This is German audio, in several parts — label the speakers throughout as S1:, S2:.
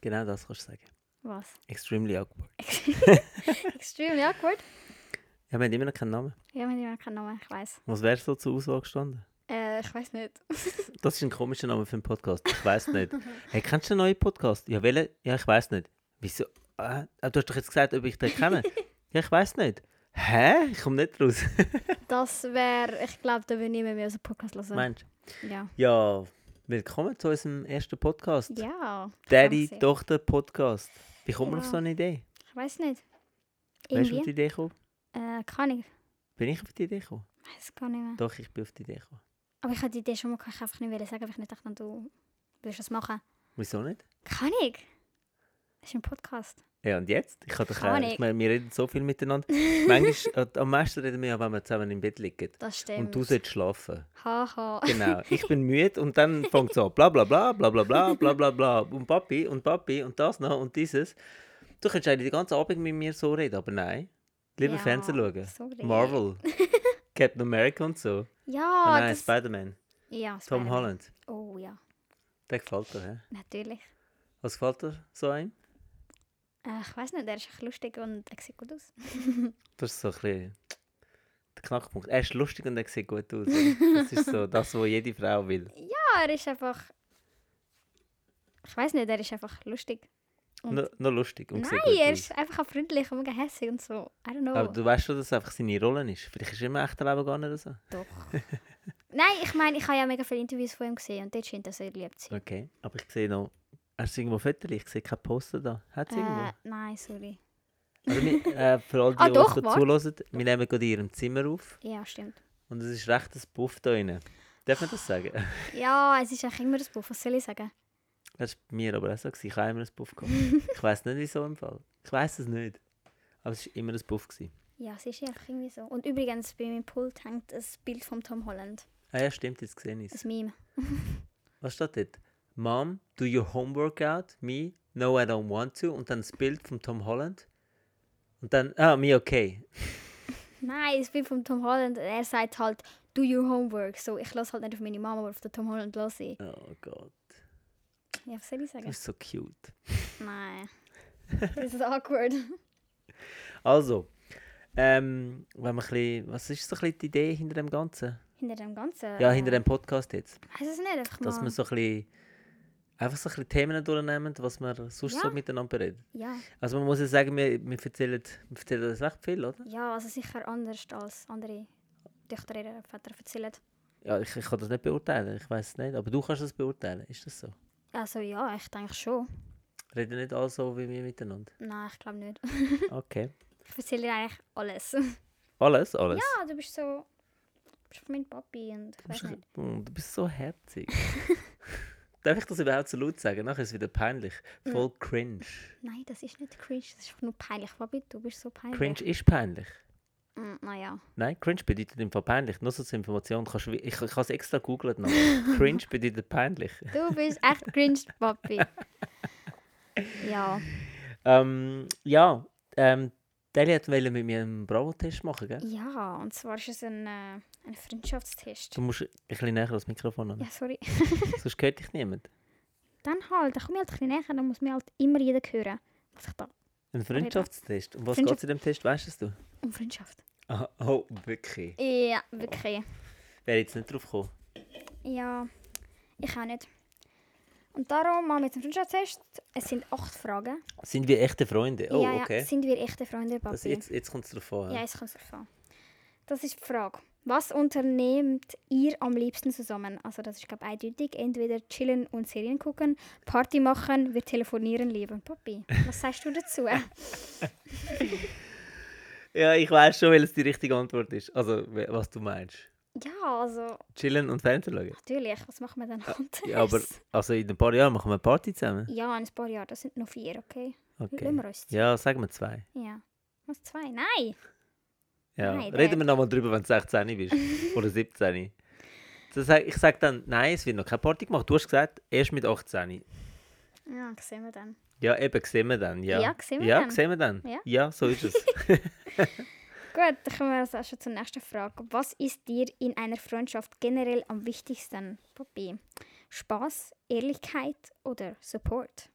S1: Genau das kannst du sagen.
S2: Was?
S1: Extremely awkward.
S2: Extremely awkward.
S1: Ja, wir haben immer noch keinen Namen.
S2: Ja, wir haben keinen Namen, ich weiß.
S1: Was wäre so zur Auswahl gestanden?
S2: Äh, ich weiß nicht.
S1: Das ist ein komischer Name für einen Podcast. Ich weiß nicht. Hey, kennst du einen neuen Podcast? Ja, welchen? Ja, ich weiß nicht. Wieso? Ah, du hast doch jetzt gesagt, ob ich den kenne. ja, ich weiß nicht. Hä? Ich komme nicht raus.
S2: Das wäre, ich glaube, da würde niemand mehr unseren Podcast hören.
S1: Meinst du?
S2: Ja.
S1: Ja, willkommen zu unserem ersten Podcast.
S2: Ja. Wahnsinn.
S1: Daddy-Tochter-Podcast. Wie kommt man auf
S2: Ja.
S1: so eine Idee?
S2: Ich weiß nicht.
S1: Weißt du, auf
S2: Irgendwie?
S1: die Idee gekommen?
S2: Äh, kann ich.
S1: Bin ich auf die Idee gekommen?
S2: Weiß gar nicht mehr.
S1: Doch, ich bin auf die Idee gekommen.
S2: Aber ich hatte Oh, die Idee schon mal, gehabt, ich einfach nicht wollte sagen, weil ich nicht dachte, du würdest das machen.
S1: Wieso nicht?
S2: Kann ich? Das ist ein Podcast.
S1: Ja, und jetzt? Ich habe doch
S2: Kann
S1: äh, ich
S2: ich.
S1: meine, wir reden so viel miteinander. Manchmal, äh, am meisten reden wir ja, wenn wir zusammen im Bett liegen.
S2: Das stimmt.
S1: Und du sollst schlafen.
S2: Haha.
S1: Genau. Ich bin müde und dann fängt es an. Bla bla bla bla bla bla bla bla bla. Und Papi und Papi und das noch und dieses. Du könntest eigentlich den ganzen Abend mit mir so reden, aber nein. Lieber
S2: Ja,
S1: Fernsehen schauen.
S2: sorry.
S1: Marvel. Captain America und so.
S2: Ja,
S1: Oh, nein,
S2: Ah, das...
S1: Spider-Man.
S2: ja,
S1: Tom
S2: Spider-Man.
S1: Holland.
S2: Oh ja,
S1: Der gefällt dir, hä?
S2: natürlich.
S1: Was gefällt dir so einem?
S2: Äh, ich weiß nicht, der ist echt lustig und er sieht gut aus.
S1: Das ist so ein bisschen der Knackpunkt. Er ist lustig und er sieht gut aus. oder? Das ist so das, was jede Frau will.
S2: Ja, er ist einfach... Ich weiß nicht, er ist einfach lustig. Und-
S1: Nur, nur lustig und sieht
S2: Nein,
S1: gut
S2: er
S1: aus.
S2: ist einfach auch freundlich und mega hässig und so. I don't know.
S1: Aber du weißt schon, dass es einfach seine Rolle ist. Vielleicht ist er im echten Leben gar nicht so.
S2: Doch. Nein, ich meine, ich habe ja mega viele Interviews von ihm gesehen und dort scheint er sehr lieb zu sein.
S1: Okay. Aber ich sehe noch. Hast du irgendwo Fotos? Ich sehe keine Poster da. Hat es irgendwo?
S2: Äh, nein, sorry.
S1: Also, wir, äh, für all die,
S2: Ah,
S1: die
S2: doch,
S1: uns
S2: warte.
S1: zulassen, wir nehmen gerade in ihrem Zimmer auf.
S2: Ja, stimmt.
S1: Und es ist recht ein Puff da drin. Darf man das sagen?
S2: Ja, es ist eigentlich immer das Buch, was soll ich sagen?
S1: Das war bei mir aber auch so. gewesen. Ich habe immer ein Puff gehabt. ich weiß nicht, wieso im Fall. Ich weiß es nicht. Aber es war immer ein Puff. Gewesen.
S2: Ja, es ist einfach irgendwie so. Und übrigens, bei meinem Pult hängt ein Bild von Tom Holland.
S1: Ah ja, stimmt, jetzt sehe ich es.
S2: Ein Meme.
S1: Was steht dort? Mom, do your homework out? Me? No, I don't want to. Und dann das Bild von Tom Holland. Und dann, ah, me okay.
S2: Nein, das Bild von Tom Holland. Er sagt halt, do your homework. So, ich lasse halt nicht auf meine Mama, aber auf den Tom Holland lasse ich.
S1: Oh Gott,
S2: Ja, was soll ich
S1: das
S2: sagen?
S1: ist so cute.
S2: Nein. Das ist awkward.
S1: Also, ähm, wenn man ein bisschen, was ist so ein bisschen die Idee hinter dem Ganzen?
S2: Hinter dem Ganzen.
S1: Ja, hinter dem Podcast jetzt.
S2: Weiß es nicht, einfach
S1: Dass
S2: mal.
S1: man so ein bisschen, einfach so ein bisschen Themen durchnehmen, was man sonst so
S2: Ja.
S1: miteinander reden.
S2: Ja.
S1: Also man muss ja sagen, wir, wir, erzählen, wir erzählen das recht viel, oder?
S2: Ja, also sicher anders als andere Töchter und Väter erzählen.
S1: Ja, ich, ich kann das nicht beurteilen, ich weiß es nicht. Aber du kannst das beurteilen, ist das so?
S2: Also ja, ich denke schon.
S1: Reden nicht alle so wie wir miteinander.
S2: Nein, ich glaube nicht.
S1: Okay.
S2: Ich erzähle dir eigentlich alles.
S1: Alles, alles.
S2: Ja, du bist so... Du bist mein Papi und ich
S1: du, bist,
S2: weiß nicht.
S1: Mm, du bist so herzig. Darf ich das überhaupt so laut sagen? Nachher ist es wieder peinlich. Voll cringe.
S2: Nein, das ist nicht cringe, das ist einfach nur peinlich. Papi, du bist so peinlich.
S1: Cringe ist peinlich.
S2: Mm, naja.
S1: Nein, cringe bedeutet im Fall peinlich. Nur so zur Information. Kannst, du wie- ich ich habe es extra googelt noch. cringe bedeutet peinlich.
S2: Du bist echt cringe, Papi. ja.
S1: Ähm, ja, ähm, Deli hat wollte mit mir einen Bravo-Test machen, gell?
S2: Ja, und zwar ist es ein, äh, ein Freundschaftstest.
S1: Du musst ein bisschen näher ans Mikrofon an.
S2: Ja, sorry.
S1: Sonst hört dich niemand.
S2: Dann halt, dann komm ich halt ein bisschen näher, dann muss mir halt immer jeder hören, was ich da...
S1: Ein Freundschaftstest. Um was
S2: Freundschaft-
S1: geht es in dem Test, weißt du?
S2: Um Freundschaft.
S1: Ah, oh, wirklich.
S2: Ja, wirklich.
S1: Wäre jetzt nicht drauf gekommen.
S2: Ja, ich auch nicht. Und darum machen wir jetzt einen Freundschaftstest. Es sind acht Fragen.
S1: Sind wir echte Freunde? Oh,
S2: ja,
S1: okay.
S2: ja, sind wir echte Freunde, Papi?
S1: Das, jetzt jetzt kommt es drauf an.
S2: Ja, jetzt kommt es davon. Das ist die Frage. Was unternehmt ihr am liebsten zusammen? Also das ist, glaube ich, eindeutig. Entweder chillen und Serien gucken, Party machen, wir telefonieren lieber. Papi, was sagst du dazu?
S1: Ja, ich weiß schon, welches die richtige Antwort ist. Also, we- was du meinst.
S2: ja, also
S1: Chillen und Fernsehen schauen.
S2: natürlich. Was machen wir dann halt? anders?
S1: Ja, aber also in ein paar Jahren machen wir eine Party zusammen.
S2: Ja, in ein paar Jahren. Das sind noch vier, okay? Lassen
S1: Okay.
S2: wir uns.
S1: Ja, sagen wir zwei.
S2: ja. Was, zwei? Nein!
S1: Ja.
S2: Nein,
S1: Reden
S2: dort.
S1: wir nochmal drüber, wenn du 16 bist. Oder 17. Das sag, ich sage dann, nein, es wird noch keine Party gemacht. Du hast gesagt, erst mit 18.
S2: Ja, das sehen wir dann.
S1: Ja, eben, sehen wir dann. Ja,
S2: Ja, sehen wir
S1: ja,
S2: dann.
S1: Sehen wir dann.
S2: Ja.
S1: ja so ist es.
S2: Gut, dann kommen wir also auch schon zur nächsten Frage. Was ist dir in einer Freundschaft generell am wichtigsten, Papi? Spaß, Ehrlichkeit oder Support?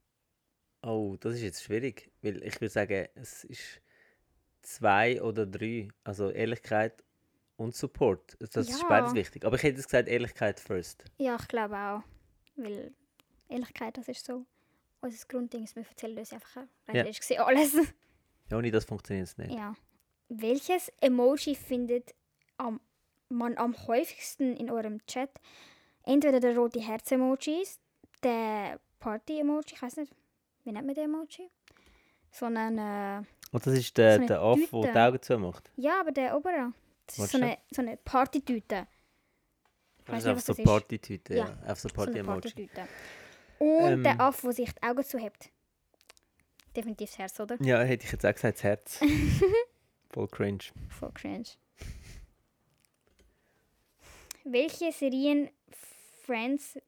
S1: Oh, das ist jetzt schwierig, weil ich würde sagen, es ist zwei oder drei. Also Ehrlichkeit und Support. Das ist
S2: Ja.
S1: beides wichtig. Aber ich hätte jetzt gesagt, Ehrlichkeit first.
S2: Ja, ich glaube auch. Weil Ehrlichkeit, das ist so unser Grundding. ist, Wir erzählen uns einfach
S1: Ja.
S2: recht ja. alles.
S1: Ja, ohne das funktioniert es nicht.
S2: Ja. Welches Emoji findet am, man am häufigsten in eurem Chat? Entweder der rote Herz-Emoji, der Party-Emoji, ich weiß nicht, wie nennt man den Emoji? Sondern, äh,
S1: Und das ist der,
S2: So eine
S1: der Affe, der
S2: Tüte.
S1: die Augen zumacht.
S2: ja, aber der obere. Das ist
S1: Warte
S2: so eine, so eine Partytüte.
S1: Das
S2: weiss
S1: ist
S2: nicht,
S1: Also auf
S2: was
S1: so
S2: das ist.
S1: Party-Tüte.
S2: Ja,
S1: Ja. Auf so
S2: So eine
S1: Party-Emoji.
S2: Partytüte. Und
S1: Ähm.
S2: der Affe, der sich die Augen zuhebt. Definitiv das Herz, oder?
S1: ja, hätte ich jetzt auch gesagt, das Herz. Voll cringe.
S2: Voll cringe. Welche Serien Friends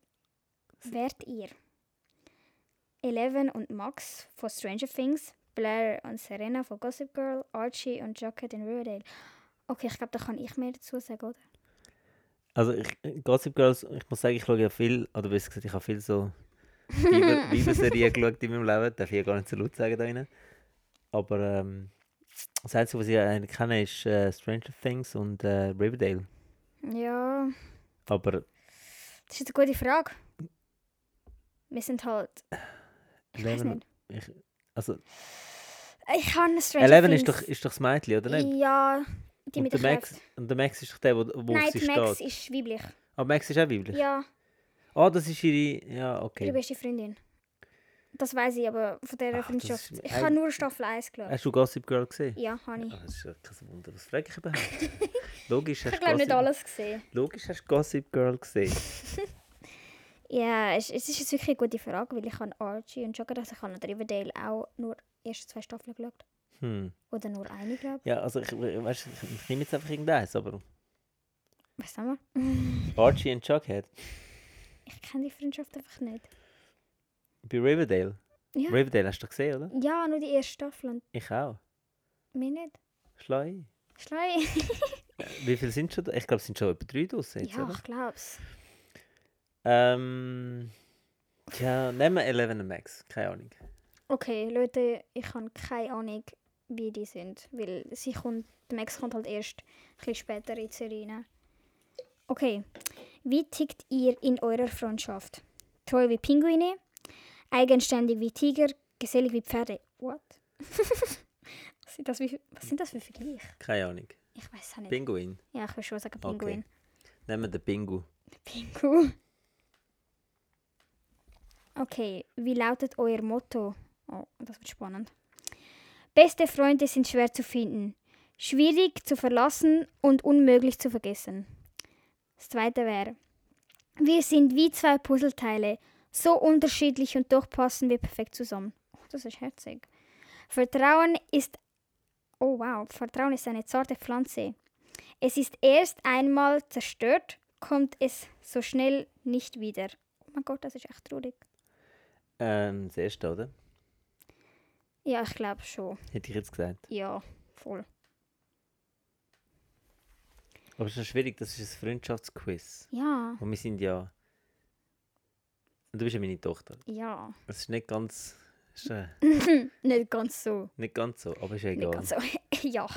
S2: wärt ihr? Eleven und Max von Stranger Things, Blair und Serena von Gossip Girl, Archie und Jughead in Riverdale. Okay, ich glaube, da kann ich mehr dazu sagen, oder?
S1: Also ich, Gossip Girls, ich muss sagen, ich schaue ja viel, oder besser gesagt, ich habe viel so Bibel- Bibelserien geschaut in meinem Leben. Darf ich ja gar nicht so laut sagen da drinnen. Aber ähm, das Einzige, was ich eigentlich kenne, ist äh, Stranger Things und äh, Riverdale.
S2: Ja,
S1: Aber
S2: das ist eine gute Frage. Wir sind halt. Ich weiß
S1: Eleven,
S2: nicht.
S1: ich, also,
S2: Ich habe Stranger
S1: Eleven
S2: Things.
S1: ist doch, ist doch das Mädchen, oder nicht?
S2: Ja, die mit
S1: und, der
S2: den
S1: Max,
S2: Kräften.
S1: und der Max ist doch der, wo, wo
S2: Nein,
S1: auf sie
S2: die Max
S1: steht.
S2: ist weiblich.
S1: Aber Max ist auch weiblich.
S2: Ja.
S1: Ah, das ist ihre... Ja,
S2: Ihre
S1: okay.
S2: beste Freundin. Das weiß ich, aber von dieser
S1: Ach, das
S2: Freundschaft.
S1: ist-
S2: Ich
S1: Ei-
S2: habe nur Staffel 1 geschaut.
S1: Hast du Gossip Girl gesehen?
S2: Ja, habe ich.
S1: Ah, das ist ja kein Wunder, was frage ich überhaupt? Logisch, hast
S2: Ich
S1: du
S2: glaube nicht
S1: Gossip-
S2: alles gesehen.
S1: Logisch hast du Gossip Girl gesehen.
S2: Ja, es, es ist jetzt wirklich eine gute Frage, weil ich habe Archie und schon gedacht, ich habe an Riverdale auch nur erste zwei Staffeln geschaut.
S1: Hm.
S2: Oder nur eine, glaube
S1: Ja, also ich, weißt, ich, ich nehme jetzt einfach irgendeins, aber
S2: ich. Weißt du mal?
S1: Archie und Jughead
S2: Ich kenne die Freundschaft einfach nicht.
S1: bei Riverdale.
S2: Ja.
S1: Riverdale hast du doch gesehen, oder?
S2: Ja, nur die erste Staffel und
S1: Ich auch.
S2: mir nicht.
S1: Schlau ein.
S2: Schlei.
S1: Wie viele sind schon da? Ich glaube, es sind schon etwa drei draussen jetzt,
S2: Ja,
S1: oder?
S2: ich glaub's.
S1: Ähm, ja, nehmen wir Eleven und Max. Keine Ahnung.
S2: Okay, Leute, ich habe keine Ahnung, wie die sind, weil sie kommt, der Max kommt halt erst ein bisschen später in die Serie rein. Okay, wie tickt ihr in eurer Freundschaft? Treu wie Pinguine, eigenständig wie Tiger, gesellig wie Pferde. What? was, sind das wie, was sind das für Vergleiche?
S1: Keine Ahnung.
S2: Ich weiß es nicht.
S1: Pinguin.
S2: ja, ich würde schon sagen Pinguin.
S1: Nehmen wir den Pingu.
S2: Pingu. Okay, wie lautet euer Motto? Oh, das wird spannend. Beste Freunde sind schwer zu finden, schwierig zu verlassen und unmöglich zu vergessen. Das zweite wäre, wir sind wie zwei Puzzleteile, so unterschiedlich und doch passen wir perfekt zusammen. Oh, das ist herzig. Vertrauen ist, oh wow, Vertrauen ist eine zarte Pflanze. Es ist erst einmal zerstört, kommt es so schnell nicht wieder. Oh mein Gott, das ist echt traurig.
S1: Ähm, das erste, oder?
S2: Ja, ich glaube schon.
S1: Hätte ich jetzt gesagt.
S2: Ja, voll.
S1: Aber es ist noch schwierig, das ist ein Freundschaftsquiz.
S2: Ja,
S1: Und wir sind ja... Du bist ja meine Tochter.
S2: ja.
S1: Es ist nicht ganz... es Ist, äh,
S2: Nicht ganz so.
S1: Nicht ganz so, aber ist ja
S2: Nicht
S1: egal.
S2: ganz so. ja.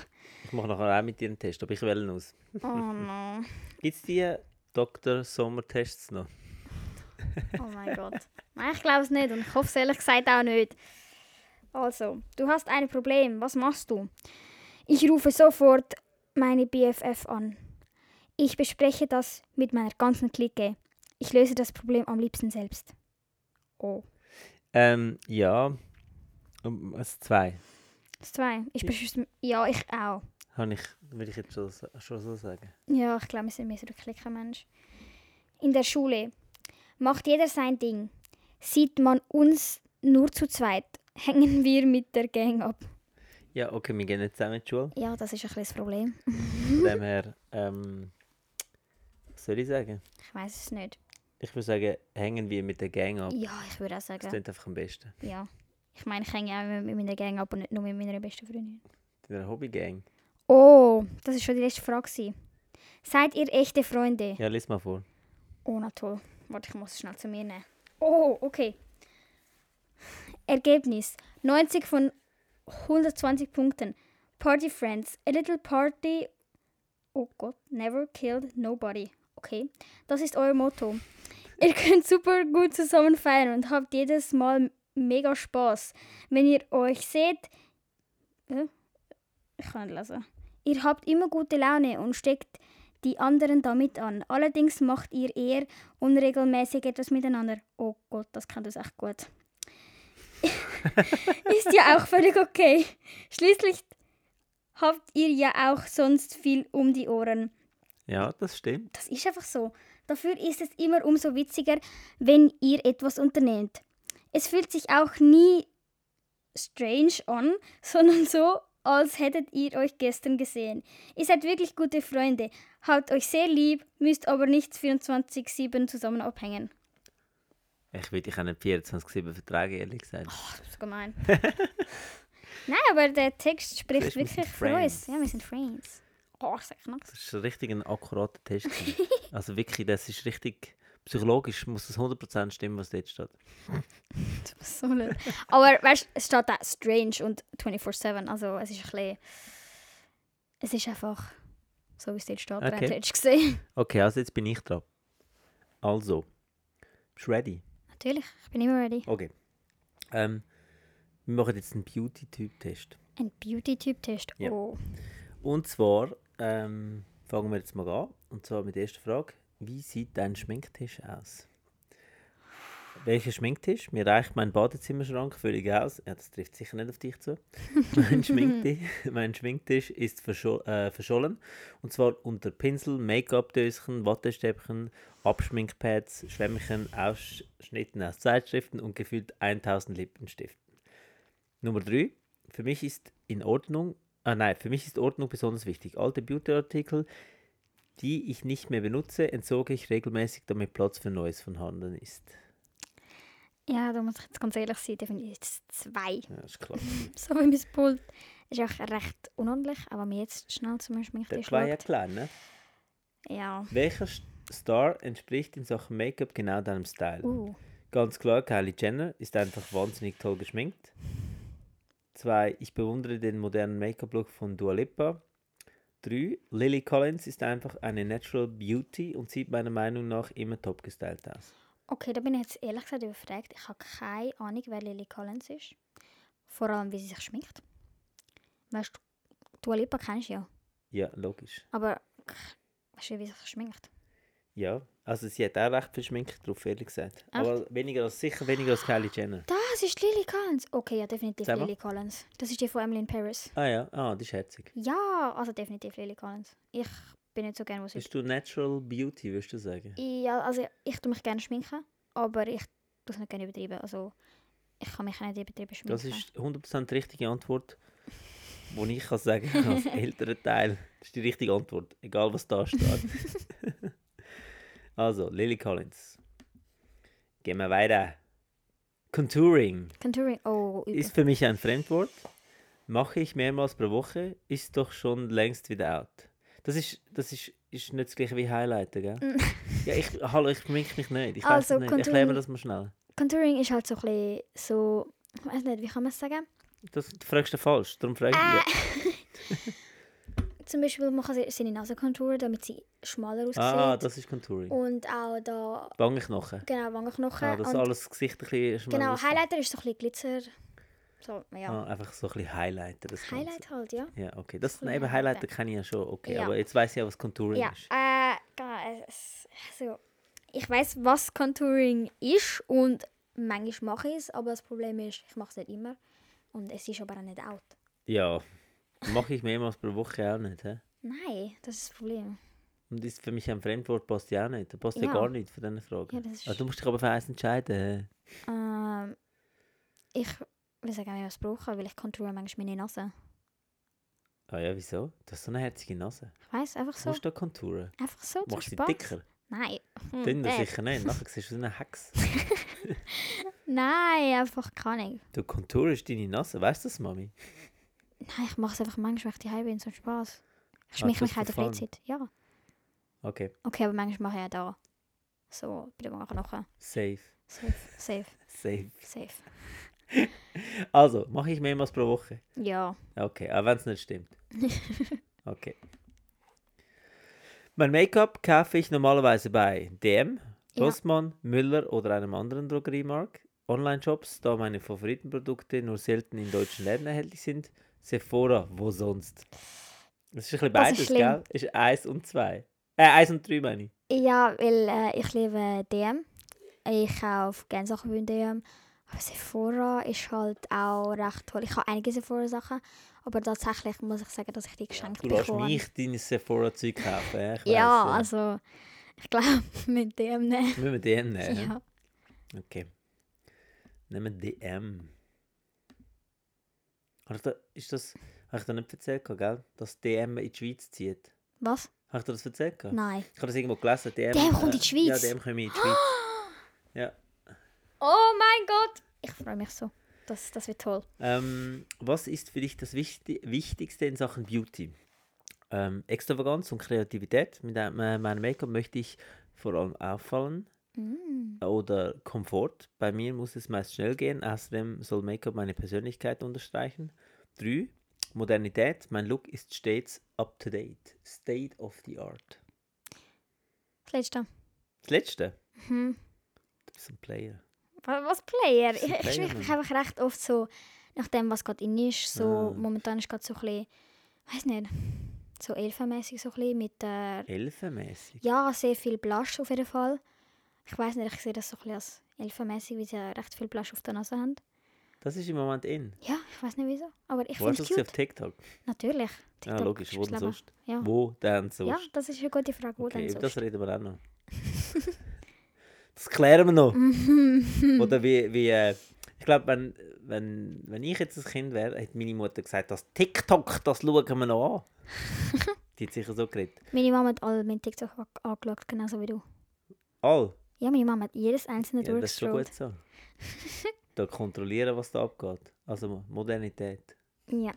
S1: Ich mache nachher auch mit dir einen Test, aber ich wähle ihn aus.
S2: Oh no.
S1: Gibt es die Dr. Sommer-Tests noch?
S2: Oh mein Gott. Nein, ich glaube es nicht und ich hoffe es ehrlich gesagt auch nicht. Also, du hast ein Problem. Was machst du? Ich rufe sofort meine BFF an. Ich bespreche das mit meiner ganzen Clique. Ich löse das Problem am liebsten selbst. Oh.
S1: Ähm, ja. Um, es zwei.
S2: Das zwei. Ich
S1: Ja.
S2: beschüsse Ja, ich auch.
S1: Habe ich, würde ich jetzt schon, so- schon so sagen.
S2: Ja, ich glaube, wir sind mehr so ein Mensch. In der Schule macht jeder sein Ding. Sieht man uns nur zu zweit, hängen wir mit der Gang ab.
S1: Ja, okay, wir gehen nicht zusammen in die Schule.
S2: Ja, das ist ein bisschen das Problem.
S1: Von dem her, ähm, was soll ich sagen?
S2: Ich weiß es nicht.
S1: Ich würde sagen, hängen wir mit der Gang ab.
S2: Ja, ich würde auch
S1: Das
S2: sagen.
S1: klingt einfach am besten.
S2: Ja. Ich meine, ich hänge auch immer mit meiner Gang ab und nicht nur mit meiner besten Freundin.
S1: Deine Hobby-Gang.
S2: Oh, das war schon die letzte Frage. gewesen. Seid ihr echte Freunde?
S1: Ja, lies mal vor.
S2: Oh, na toll. Warte, ich muss es schnell zu mir nehmen. Oh, okay. Ergebnis 90 von 120 Punkten. Party Friends, a little party. Oh Gott, never killed nobody. Okay, das ist euer Motto. Ihr könnt super gut zusammen feiern und habt jedes Mal mega Spaß. Wenn ihr euch seht, Äh, ich kann nicht lesen. Ihr habt immer gute Laune und steckt die anderen damit an. Allerdings macht ihr eher unregelmäßig etwas miteinander. Oh Gott, das kann das echt gut. Ist ja auch völlig okay. Schließlich habt ihr ja auch sonst viel um die Ohren.
S1: Ja, das stimmt.
S2: Das ist einfach so. Dafür ist es immer umso witziger, wenn ihr etwas unternehmt. Es fühlt sich auch nie strange an, sondern so, als hättet ihr euch gestern gesehen. Ihr seid wirklich gute Freunde, habt euch sehr lieb, müsst aber nicht 24-7 zusammen abhängen.
S1: Ich will dich auch nicht 24-7 vertragen, ehrlich gesagt.
S2: Ach, das ist gemein. Nein, aber der Text spricht
S1: Siehst du, wir sind
S2: wirklich für uns.
S1: Friends.
S2: Ja, wir sind Friends. Oh, ich sag nichts.
S1: Das ist richtig ein akkurater Test. gewesen. also wirklich, das ist richtig... Psychologisch muss das 100% stimmen, was dort steht.
S2: Was soll das? Aber weißt du, es steht da Strange und 24-7. Also es ist ein bisschen. Es ist einfach. So wie es dort steht,
S1: Okay.
S2: okay. Deutsch gesehen.
S1: Okay, also jetzt bin ich dran. Also, bist du ready?
S2: Natürlich, ich bin immer ready.
S1: Okay. Ähm, wir machen jetzt einen Beauty-Typ-Test.
S2: Ein Beauty-Typ-Test.
S1: Ja.
S2: Oh.
S1: Und zwar ähm, fangen wir jetzt mal an. Und zwar mit der ersten Frage. Wie sieht dein Schminktisch aus? Welcher Schminktisch? Mir reicht mein Badezimmerschrank völlig aus. Ja, das trifft sicher nicht auf dich zu. Mein Schminktisch, mein Schminktisch ist verscho äh, verschollen. Und zwar unter Pinsel, Make-up-Döschen, Wattestäbchen, Abschminkpads, Schwämmchen, Ausschnitten aus Zeitschriften und gefühlt 1000 Lippenstiften. Nummer 3. Für mich ist in Ordnung, ah nein, für mich ist Ordnung besonders wichtig. Alte Beauty-Artikel, die ich nicht mehr benutze, entsorge ich regelmäßig, damit Platz für Neues vorhanden ist.
S2: Ja, da muss ich jetzt ganz ehrlich sein, da finde ich jetzt zwei.
S1: Ja, ist klar.
S2: So wie mein Pult. Ist auch recht unordentlich, aber mir jetzt schnell zum Beispiel mich
S1: Das war ja
S2: geschlagen.
S1: klar, ne?
S2: Ja.
S1: Welcher S- Star entspricht in Sachen Make-up genau deinem Style?
S2: Uh.
S1: Ganz klar, Kylie Jenner ist einfach wahnsinnig toll geschminkt. Zwei, ich bewundere den modernen Make-up-Look von Dua Lipa. Drei, Lily Collins ist einfach eine Natural Beauty und sieht meiner Meinung nach immer top gestylt aus.
S2: Okay, da bin ich jetzt ehrlich gesagt überfragt. Ich habe keine Ahnung, wer Lily Collins ist. Vor allem, wie sie sich schminkt. Weißt du, Dua Lipa kennst du ja.
S1: Ja, logisch.
S2: Aber k- weißt du, wie sie sich schminkt?
S1: Ja, also sie hat auch recht viel Schminke drauf, ehrlich gesagt. Aber weniger als, sicher weniger als Kylie Jenner.
S2: Das ist Lily Collins. Okay, ja, definitiv
S1: Sag mal.
S2: Lily Collins. Das ist die von Emily in Paris.
S1: Ah ja, ah, die ist herzig.
S2: Ja, also definitiv Lily Collins. Ich bin nicht so gerne, was ich.
S1: Bist du Natural Beauty, würdest du sagen?
S2: Ja, also ich tue mich gerne schminken, aber ich tue es nicht gerne übertreiben. Also ich kann mich auch nicht übertrieben schminken.
S1: Das ist 100% die richtige Antwort, die ich kann sagen kann als älterer Teil. Das ist die richtige Antwort, egal was da steht. also, Lily Collins. Gehen wir weiter. Contouring.
S2: Contouring. Oh, übel.
S1: Ist für mich ein Fremdwort. Mache ich mehrmals pro Woche, ist doch schon längst wieder out. Das ist, das ist, ist nicht das gleiche wie Highlighter, gell? ja, ich, hallo, ich schmink mich nicht. Ich weiß
S2: Mm. Also,
S1: es nicht. Ich
S2: Contouring-
S1: lerne das mal schnell.
S2: Contouring ist halt so ein bisschen so, ich weiß nicht, wie kann man es sagen?
S1: Das du fragst du falsch, darum frage ich
S2: Ah,
S1: dich.
S2: Zum Beispiel machen sie seine Nasenkontur, damit sie schmaler aussieht.
S1: Ah, das ist Contouring.
S2: und auch da,
S1: Wangenknochen.
S2: genau, Wangenknochen.
S1: Ah, dass
S2: Oh. und
S1: alles das Gesicht ein bisschen schmal
S2: genau,
S1: aussieht.
S2: Highlighter ist so ein bisschen Glitzer. So, ja.
S1: Ah, einfach so ein bisschen Highlighter. Das Ganze.
S2: Highlight halt, ja.
S1: Ja, okay. Das,
S2: ein
S1: nein, eben
S2: Highlighter.
S1: Highlighter kenne ich ja schon, okay.
S2: Ja.
S1: Aber jetzt weiß ich ja, was Contouring
S2: Ja,
S1: ist.
S2: äh, genau, es- also, ich weiß, was Contouring ist und manchmal mache ich es, aber das Problem ist, ich mache es nicht immer. Und es ist aber auch nicht out.
S1: Ja. Mache ich mehrmals pro Woche auch nicht, hä?
S2: Nein, das ist das Problem.
S1: Und ist für mich ein Fremdwort passt ja auch nicht. Da passt ja,
S2: Ja.
S1: gar nicht von diesen Fragen.
S2: Ja, das ist-
S1: Ah, du musst dich aber für eins entscheiden.
S2: Ähm, ich will sagen, wenn ich es brauche, weil ich contour manchmal meine Nase.
S1: Ah ja, wieso? Du hast so eine herzige Nase.
S2: Ich weiss, einfach so.
S1: Musst du da Konturen?
S2: Einfach so. zum
S1: Machst du sie
S2: Spaß.
S1: dicker?
S2: Nein. Hm,
S1: Dünner
S2: der.
S1: sicher nicht. Nachher siehst du aus wie eine Hex.
S2: Nein, einfach keine. Ahnung.
S1: Du konturst deine Nase, weißt du das, Mami?
S2: Nein, ich mache es einfach manchmal, wenn ich daheim bin, zum Spaß. Ich
S1: Ah,
S2: schmink
S1: just
S2: mich
S1: for
S2: halt in
S1: fun.
S2: der Freizeit. Ja.
S1: Okay,
S2: Okay, aber manchmal mache ich ja da. So, bei der Wange nachher.
S1: safe.
S2: Safe, safe,
S1: Safe.
S2: safe.
S1: Also, mache ich mehrmals pro Woche.
S2: Ja.
S1: Okay, auch wenn es nicht stimmt. Okay. Mein Make-up kaufe ich normalerweise bei DM,
S2: Ja.
S1: Rossmann, Müller oder einem anderen Drogeriemarkt. Online-Shops, da meine Favoritenprodukte nur selten in deutschen Läden erhältlich sind. Sephora, wo sonst? Das ist ein bisschen
S2: Das ist
S1: beides,
S2: schlimm.
S1: gell? Ist eins und zwei. Äh, eins und drei meine ich.
S2: Ja, weil äh, ich liebe DM. Ich kaufe gerne Sachen bei DM. Aber Sephora ist halt auch recht toll. Ich habe einige Sephora-Sachen, aber tatsächlich muss ich sagen, dass ich die geschenkt
S1: Du lässt
S2: bekomme.
S1: mich deine Sephora-Zeug kaufen, ja? Ich
S2: Ja,
S1: weiss,
S2: also ich glaube mit DM nicht.
S1: äh, Müssen wir DM nehmen?
S2: Ja.
S1: Okay. Nehmen wir DM. Habe ich da, ist das, habe ich da nicht erzählt, gehabt, gell? dass DM in die Schweiz zieht?
S2: Was?
S1: Habe ich dir das erzählt? gehabt?
S2: Nein.
S1: Ich habe das irgendwo gelesen. DM,
S2: DM kommt in die
S1: eh, Ja,
S2: Schweiz?
S1: DM kommen in die Schweiz. Ja.
S2: Oh mein Gott! Ich freue mich so. Das, das wird toll.
S1: Ähm, was ist für dich das Wichti Wichtigste in Sachen Beauty? Ähm, Extravaganz und Kreativität. Mit einem- äh, meinem Make-up möchte ich vor allem auffallen.
S2: Mm.
S1: Oder Komfort. Bei mir muss es meist schnell gehen. Außerdem soll Make-up meine Persönlichkeit unterstreichen. 3. Modernität. Mein Look ist stets up to date. State of the art.
S2: Das letzte.
S1: Das letzte.
S2: Mhm.
S1: Du bist ein Player.
S2: Wa- Was Player?
S1: Das
S2: Ich,
S1: ist ein
S2: ich
S1: Player,
S2: schmeiche mich
S1: Mann.
S2: einfach recht oft so nach dem, was gerade in ist. So,
S1: Ah.
S2: Momentan ist gerade so ein bisschen, weiß nicht, so elfenmäßig so ein bisschen mit der,
S1: Elfenmäßig.
S2: ja, sehr viel Blush auf jeden Fall. Ich weiß nicht, ich sehe das so ein bisschen als elfenmäßig, weil sie ja recht viel Blush auf der Nase haben.
S1: Das ist im Moment in.
S2: Ja, ich weiß nicht wieso, aber ich
S1: Wo
S2: finde
S1: hast du
S2: es
S1: das auf
S2: cute.
S1: TikTok?
S2: Natürlich.
S1: Ja,
S2: TikTok
S1: logisch.
S2: ist
S1: Wo
S2: das
S1: denn
S2: Leben.
S1: sonst?
S2: Ja.
S1: Wo denn
S2: ja,
S1: sonst?
S2: das ist eine gute Frage. Wo
S1: okay,
S2: denn
S1: über das
S2: sonst?
S1: reden wir auch noch. Das klären wir noch. Oder wie, wie äh, ich glaube, wenn, wenn, wenn ich jetzt ein Kind wäre, hat meine Mutter gesagt, das TikTok, das schauen wir noch an. Die hat sicher so geredet.
S2: Meine Mama hat all meinen TikTok an- angeschaut, genauso wie du.
S1: All,
S2: Ja, meine Mama hat jedes einzelne
S1: ja, das ist schon
S2: durchgescrollt.
S1: gut so. Da kontrollieren, was da abgeht. Also Mo- Modernität.
S2: Ja.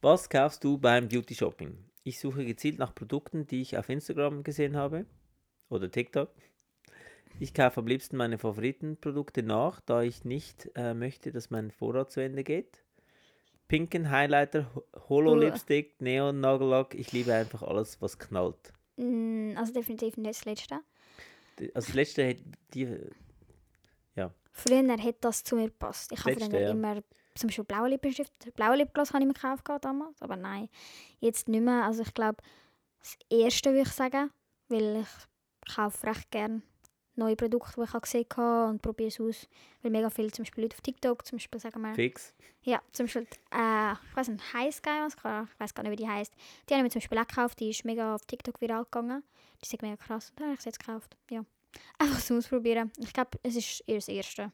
S1: Was kaufst du beim Beauty Shopping? Ich suche gezielt nach Produkten, die ich auf Instagram gesehen habe oder TikTok. Ich kaufe am liebsten meine Favoritenprodukte nach, da ich nicht äh, möchte, dass mein Vorrat zu Ende geht. Pinken Highlighter, Ho- Holo
S2: Uah.
S1: Lipstick, Neon Nagellack. Ich liebe einfach alles, was knallt.
S2: Mm, Also definitiv nicht das Letzte.
S1: D- Also das letzte hat die äh,
S2: Früher hätte das zu mir gepasst. Ich habe
S1: Letzte,
S2: früher
S1: ja.
S2: immer zum Beispiel blaue Lippenstift, blaue Lipgloss habe ich mir gekauft gehabt damals, aber nein, jetzt nicht mehr. Also ich glaube, das Erste würde ich sagen, weil ich kaufe recht gerne neue Produkte, die ich auch gesehen habe und probiere es aus. Weil mega viele zum Beispiel Leute auf TikTok zum Beispiel sagen wir,
S1: fix.
S2: Ja, zum Beispiel, äh, ich weiß nicht, High Sky Mascara, ich weiß gar nicht, wie die heißt. Die habe ich mir zum Beispiel auch gekauft, die ist mega auf TikTok viral gegangen. Die sieht mega krass und dann habe ich sie jetzt gekauft. Ja. Einfach zum Ausprobieren. Ich glaube, es ist ihr das Erste.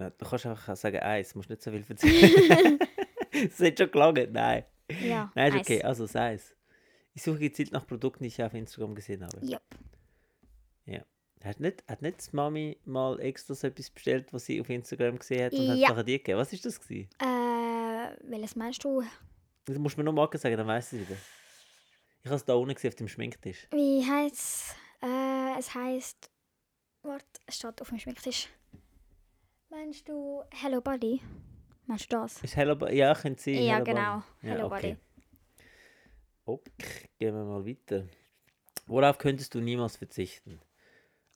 S1: Ja, du kannst einfach sagen, eins, musst nicht so viel erzählen. Es hat schon gelangt, nein.
S2: Ja,
S1: Nein, ist
S2: nice.
S1: okay, also sei es. Ich suche gezielt nach Produkten, die ich auf Instagram gesehen habe.
S2: Yep.
S1: Hat nicht, hat nicht die Mami mal extra so etwas bestellt, was sie auf Instagram gesehen hat und hat es
S2: Ja.
S1: nachher dir gegeben? Was ist das gewesen?
S2: Äh, welches meinst du?
S1: Das musst du mir noch mal sagen, dann weiss ich es wieder. Ich habe es da unten gesehen auf dem Schminktisch.
S2: Wie heißt es? Äh, es heißt. Warte, es steht auf dem Schminktisch. Meinst du Hello Body? Meinst du das?
S1: Ist Hello Bo- Ja, könnte sein.
S2: ja,
S1: Hello Bo-
S2: genau.
S1: Ja,
S2: Hello
S1: okay.
S2: Body.
S1: Okay, gehen wir mal weiter. Worauf könntest du niemals verzichten?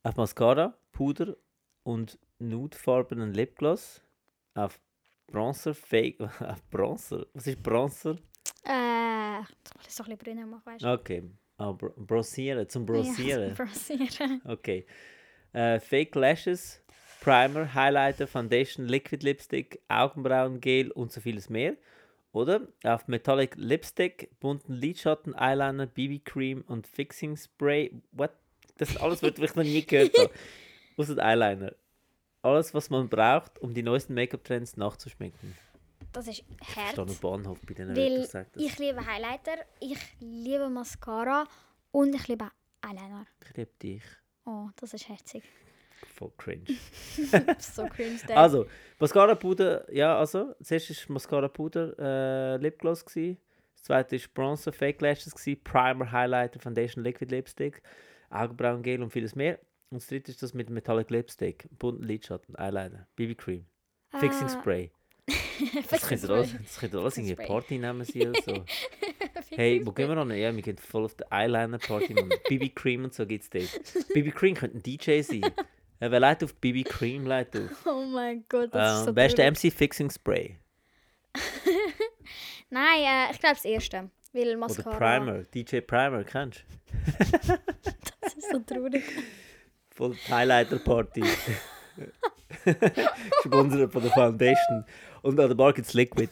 S1: Auf Mascara, Puder und nudefarbenen Lipgloss. Auf Bronzer, Fake. Auf Bronzer? Was ist Bronzer?
S2: Äh, ich muss so ein bisschen brüner machen, weißt du?
S1: Okay. Ah, bro brosieren, zum Brosieren.
S2: Ja, Brasieren.
S1: Okay. Äh, Fake Lashes, Primer, Highlighter, Foundation, Liquid Lipstick, Augenbrauengel und so vieles mehr. Oder auf Metallic Lipstick, bunten Lidschatten, Eyeliner, BB Cream und Fixing Spray. What? Das sind alles Wörter, die ich noch nie gehört habe. Außer Eyeliner. Alles, was man braucht, um die neuesten Make-up-Trends nachzuschminken.
S2: Das ist
S1: Ich stehe am
S2: hart.
S1: Bahnhof bei diesen Wörtern.
S2: Weil
S1: Sag das.
S2: ich liebe Highlighter, ich liebe Mascara und ich liebe Eyeliner.
S1: Ich liebe dich.
S2: Oh, das ist herzig.
S1: Voll cringe.
S2: so cringe. der.
S1: Also, Mascara Puder, ja, also, das erste war Mascara Puder, äh, Lipgloss. Gewesen. Das zweite war Bronzer Fake Lashes, gewesen, Primer, Highlighter, Foundation, Liquid Lipstick, Augenbrauengel und vieles mehr. Und das dritte ist das mit Metallic Lipstick, bunten Lidschatten, Eyeliner, BB Cream. Fixing
S2: Ah,
S1: Spray. Das
S2: Fixing
S1: könnt ihr alles,
S2: Spray.
S1: das könnt ihr alles irgendwie
S2: Spray.
S1: Party nehmen sie oder so. Hey, wo gehen wir an? Ja, wir gehen voll auf die Eyeliner-Party, man. BB Cream und so gibt's dort. BB Cream könnte ein DJ sein. Äh, wer leitet auf BB Cream, leitet auf.
S2: Oh mein Gott, das ist so
S1: Ähm, wer ist der
S2: traurig.
S1: MC Fixing Spray?
S2: Nein, äh, ich glaube das erste. Weil
S1: Oder
S2: Mascara.
S1: Primer, DJ Primer, kennst du?
S2: Das ist so traurig.
S1: Voll die Highlighter-Party. Gesponsert von der Foundation. Und an der Bar gibt's Liquid.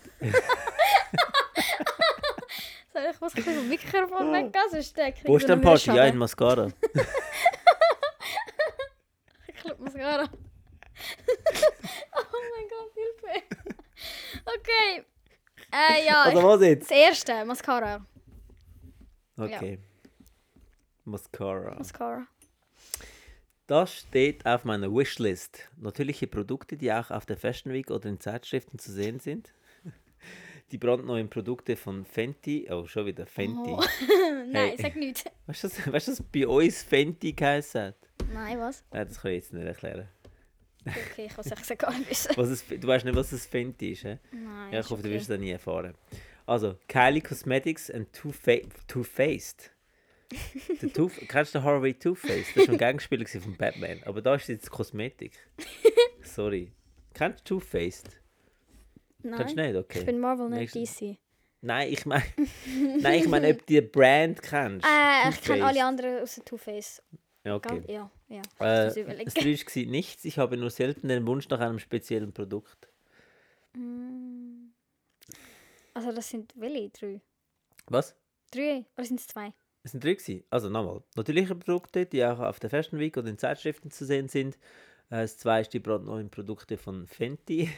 S2: Soll ich muss ein bisschen vom Mikrofon weggehen, sonst äh, kriege
S1: Oh. Wo ist denn
S2: wieder mehr
S1: Party? Ja, in
S2: Schaden.
S1: Mascara.
S2: Ich glaube Mascara. oh mein Gott, Hilfe. Okay. Äh, ja,
S1: Oder
S2: ich,
S1: Also, was jetzt?
S2: das erste, Mascara.
S1: Okay. Mascara.
S2: Mascara.
S1: Das steht auf meiner Wishlist. Natürliche Produkte, die auch auf der Fashion Week oder in Zeitschriften zu sehen sind. Die brandneuen Produkte von Fenty. Oh, schon wieder Fenty.
S2: Oh. Nein,
S1: Hey.
S2: sag nichts.
S1: Weißt du, was- weißt du, was bei uns Fenty geheißen hat?
S2: Nein, was?
S1: Nein, das kann ich jetzt nicht erklären.
S2: Okay, ich kann es gar nicht wissen.
S1: Was es, du weißt nicht, was es Fenty ist, hä?
S2: Nein.
S1: Ja,
S2: ist
S1: ich hoffe, du
S2: okay.
S1: wirst das nie erfahren. Also, Kylie Cosmetics und Too, Fa Too Faced. Der Too Kennst du den Harvey Too Faced? Das war ein Gegenspieler gewesen von Batman. Aber da ist jetzt Kosmetik. Sorry. Kennst du Too Faced?
S2: Nein.
S1: Kennst du nicht? Okay.
S2: Ich bin Marvel, nicht
S1: Nächstes-
S2: DC.
S1: Nein, ich meine, nein, ich meine, ob du die Brand kennst.
S2: Äh, ich
S1: Too-Faced.
S2: kenne alle anderen außer Two-Face.
S1: Ja,
S2: Okay.
S1: okay.
S2: Ja,
S1: Äh,
S2: ja. Ich muss das überlegen.
S1: das Deutsch war nichts. Ich habe nur selten den Wunsch nach einem speziellen Produkt.
S2: Mm. Also das sind welche? Drei?
S1: Was?
S2: Drei? Oder sind es zwei?
S1: Es sind drei gewesen. Also nochmal. Natürliche Produkte, die auch auf der Fashion Week oder in Zeitschriften zu sehen sind. Äh, Das zweite ist die brandneuen Produkte von Fenty,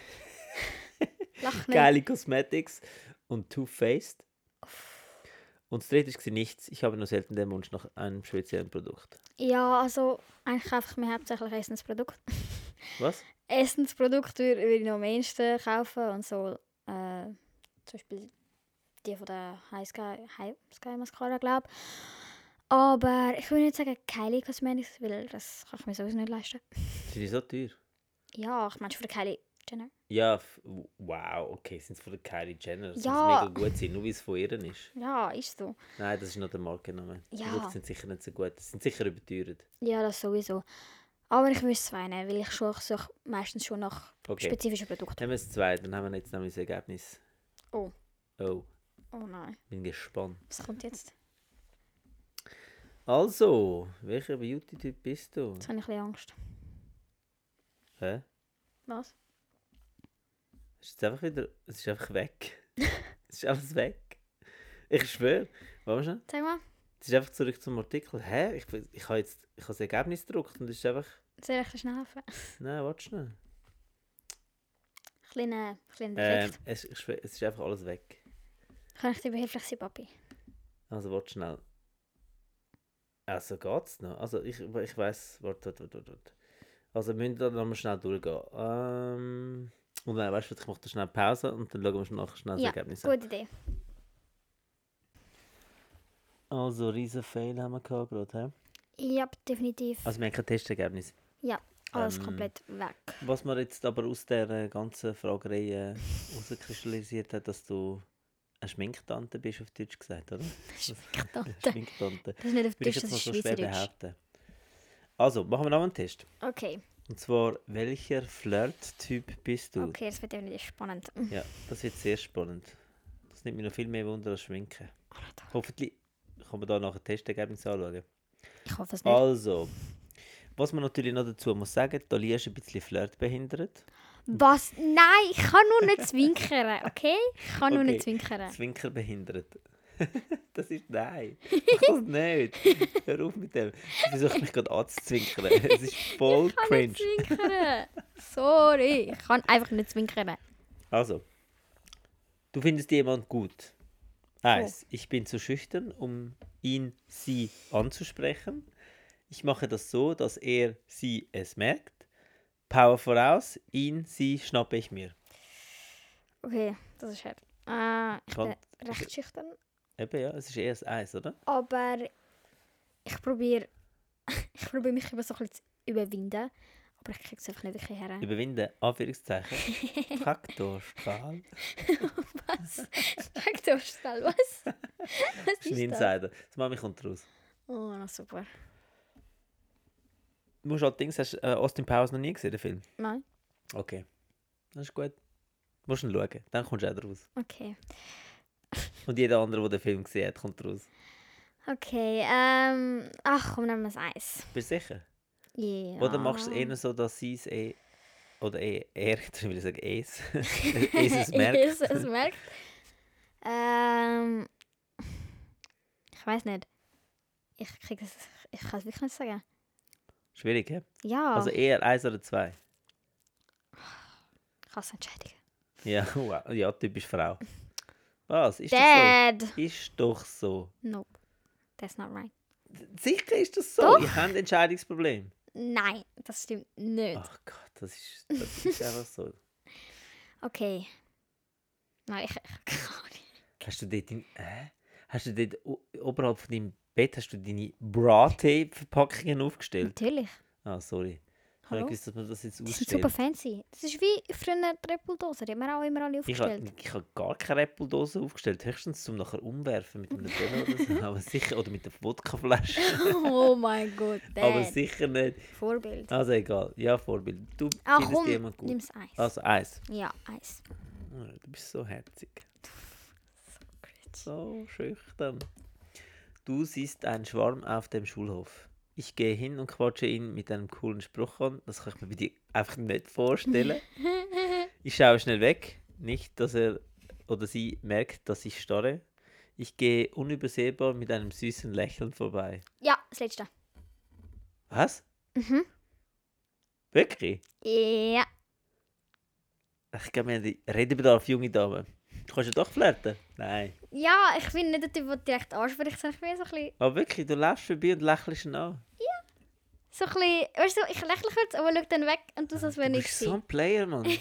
S2: Lach nicht.
S1: Kylie Cosmetics und Too Faced. Und das dritte war nichts. Ich habe nur selten den Wunsch nach einem speziellen Produkt.
S2: Ja, also eigentlich kaufe ich mir hauptsächlich Essensprodukt.
S1: Was?
S2: Essensprodukt würde würd ich noch am ehesten kaufen und so. Äh, zum Beispiel die von der High Sky, High Sky Mascara, glaube ich. Aber ich würde nicht sagen Kylie Cosmetics, weil das kann ich mir sowieso nicht leisten.
S1: Sind die so teuer?
S2: Ja, ich meine schon von der Kylie Jenner.
S1: Ja, f- wow, okay, sind es von der Kylie Jenner. Das
S2: Ja.
S1: muss mega gut sein, nur weil es von ihr ist.
S2: Ja, ist so.
S1: Nein, das ist noch der Markenname. Die
S2: Ja.
S1: Produkte sind sicher nicht so gut. Die sind sicher überteuert.
S2: Ja, das sowieso. Aber ich würde es zwei nehmen, weil ich schon, ich suche meistens schon nach
S1: Okay. Ähm.
S2: spezifischen Produkten.
S1: Haben wir es zwei, dann haben wir jetzt nämlich das Ergebnis.
S2: Oh.
S1: Oh,
S2: Oh nein,
S1: bin gespannt.
S2: was kommt jetzt?
S1: Also, welcher Beauty-Typ bist du?
S2: Jetzt habe ich ein bisschen Angst.
S1: Hä?
S2: Was?
S1: Ist jetzt einfach wieder. Es ist einfach weg. es ist alles weg. Ich schwöre. Warte schon.
S2: Sag mal,
S1: Es ist einfach zurück zum Artikel. Hä? Ich, bin- ich habe jetzt. Ich habe das Ergebnis gedruckt und es ist einfach.
S2: soll ich dir schnell helfen?
S1: Nein, warte schnell.
S2: Kleiner, kleiner
S1: Ähm,
S2: Direkt.
S1: es, ich schwöre, es ist einfach alles weg.
S2: Kann ich dir behilflich sein, Papi?
S1: Also, warte schnell. Also, geht's noch? Also, ich, ich weiß. Warte, warte, warte, warte, warte. Also, wir müssen da nochmal schnell durchgehen. Ähm. Und dann, weißt du, was, ich mache da schnell Pause und dann schauen wir uns nachher schnell das
S2: Ja,
S1: Ergebnis an.
S2: Gute Idee.
S1: Also, riesen Fail haben wir gehabt gerade, hä?
S2: Ja, definitiv.
S1: Also, wir haben kein Testergebnis.
S2: ja, alles
S1: ähm,
S2: komplett weg.
S1: Was man jetzt aber aus der äh, ganzen Fragerei äh, herauskristallisiert hat, dass du eine Schminktante bist, auf Deutsch gesagt, oder?
S2: Schminktante.
S1: Schminktante.
S2: Das ist nicht auf
S1: Würde
S2: Deutsch,
S1: ich
S2: das
S1: jetzt mal
S2: ist
S1: so schwer
S2: Schweizerdeutsch.
S1: behaupten. Also, machen wir noch einen Test.
S2: Okay,
S1: Und zwar, welcher Flirt-Typ bist du?
S2: okay, das wird definitiv spannend. Hm,
S1: Ja, das wird sehr spannend. Das nimmt mich noch viel mehr Wunder als Schminken.
S2: oh,
S1: Hoffentlich kann man da nachher Testergebnis anschauen.
S2: Ich hoffe
S1: Oh.
S2: es nicht.
S1: Also, was man natürlich noch dazu muss sagen, Talia ist ein bisschen flirtbehindert.
S2: Was? Nein, ich kann nur nicht zwinkern, okay? Ich kann nur
S1: Okay.
S2: nicht zwinkern.
S1: Zwinkerbehindert. das ist nein. Mach das nicht. Hör auf mit dem. Ich versuche mich gerade anzuzwinkern. Es ist voll
S2: Ich kann
S1: cringe.
S2: nicht zwinkern. Sorry, nou ich kann einfach nicht zwinkern.
S1: Also, du findest jemand gut. Eins, ich bin zu schüchtern, um ihn, sie anzusprechen. Ich mache das so, dass er, sie es merkt. Power voraus, ihn, sie schnappe ich mir.
S2: Okay, das ist hart. Äh, ich bin
S1: Kann-
S2: recht schüchtern,
S1: Eben, ja, es ist eher das Eis, oder?
S2: aber ich probiere ich probier mich immer so ein bisschen zu überwinden. Aber aber ich kriege es einfach nicht wirklich her.
S1: Überwinden, Anführungszeichen. Kaktusstahl.
S2: Was? Sag doch schnell, was? Was
S1: Das ist ein
S2: ist das?
S1: Insider. Das Mami kommt raus.
S2: Oh, na super.
S1: Du musst allerdings, hast du äh, Austin Powers noch nie gesehen, den Film?
S2: Nein?
S1: Okay. Das ist gut. Du musst ihn schauen, dann kommst du auch raus.
S2: Okay.
S1: Und jeder andere, der den Film gesehen hat, kommt raus.
S2: Okay, ähm... Ach, komm, nehmen wir das Eis.
S1: Bist du sicher?
S2: Yeah.
S1: Oder machst du es eher so, dass sie es eh... Oder eh, er, jetzt will ich sagen, es. es es merkt.
S2: es, es merkt. Ähm... Ich weiß nicht. Ich krieg das... Ich kann es wirklich nicht sagen.
S1: Schwierig, hä?
S2: Ja,
S1: Also eher eins oder zwei.
S2: ich kann es entscheiden.
S1: Ja, wow. ja, typisch Frau. Was? Ist das
S2: Dad!
S1: so? Ist doch so.
S2: Nope. That's not right.
S1: Sicher ist das so.
S2: Doch.
S1: Ich habe ein Entscheidungsproblem.
S2: Nein, das stimmt nicht.
S1: Ach Gott, das ist, das ist einfach so.
S2: Okay. Nein, ich, ich kann nicht.
S1: Hast du dort, in, äh? hast du dort o- oberhalb von deinem Bett hast du deine Bra-Tape-Verpackungen aufgestellt?
S2: Natürlich.
S1: Ah, sorry. Ich habe
S2: Hallo?
S1: nicht gewusst, dass man das jetzt
S2: Die sind super
S1: ausstellt.
S2: fancy. Das ist wie früher die Repuldosen. Die haben wir auch immer alle
S1: Ich habe
S2: aufgestellt.
S1: ich hab gar keine Apple-Dose aufgestellt. Höchstens zum nachher umwerfen mit einem Döner oder so. Aber sicher, oder mit einer Wodkaflasche.
S2: oh mein Gott,
S1: Aber
S2: Dad.
S1: sicher nicht.
S2: Vorbild.
S1: Also egal. Ja, Vorbild. Du
S2: Ach
S1: findest
S2: Ah, komm,
S1: jemand eh gut.
S2: nimm's Eis.
S1: Also eins.
S2: Ja, Eis.
S1: Ah, Du bist so herzig. So schüchtern. Du siehst einen Schwarm auf dem Schulhof. Ich gehe hin und quatsche ihn mit einem coolen Spruch an. Das kann ich mir bei dir einfach nicht vorstellen. ich schaue schnell weg. Nicht, dass er oder sie merkt, dass ich starre. Ich gehe unübersehbar mit einem süßen Lächeln vorbei.
S2: Ja, das letzte.
S1: Was?
S2: Mhm.
S1: Wirklich?
S2: Ja.
S1: Ich glaube, wir haben die- Redebedarf, junge Dame. Du kannst ja doch flirten. Nein.
S2: Ja, ich bin nicht der Typ, der direkt anspricht, sondern ich bin so ein bisschen...
S1: Aber wirklich, du läufst vorbei und lächelst ihn an.
S2: So ein bisschen weißt du, ich lächle kurz, aber schau dann weg und du, als
S1: Äh, Du
S2: wäre nichts
S1: bist so
S2: gewesen.
S1: ein Player, Mann. Du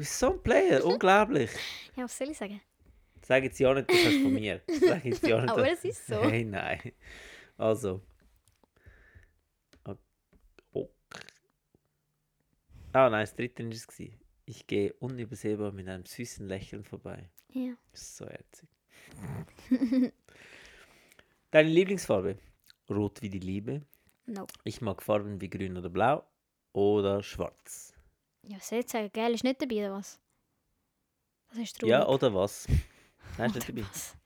S1: bist so ein Player, unglaublich.
S2: Ja, was soll ich sagen?
S1: Sag jetzt ja nicht, das hast du von mir. Sag jetzt ja nicht.
S2: Aber
S1: das-
S2: es ist so.
S1: Hey, nein. Also. Ah, ok. Ah nein, das dritte war es. gewesen. Ich gehe unübersehbar mit einem süßen Lächeln vorbei.
S2: Ja.
S1: Das ist so herzig. Deine Lieblingsfarbe? Rot wie die Liebe.
S2: Nope.
S1: Ich mag Farben wie grün oder blau oder schwarz.
S2: Ja, was soll ich sagen? Gell, ist nicht dabei, oder was? Das ist traurig.
S1: Ja, oder was? Nein, ist nicht dabei.
S2: was?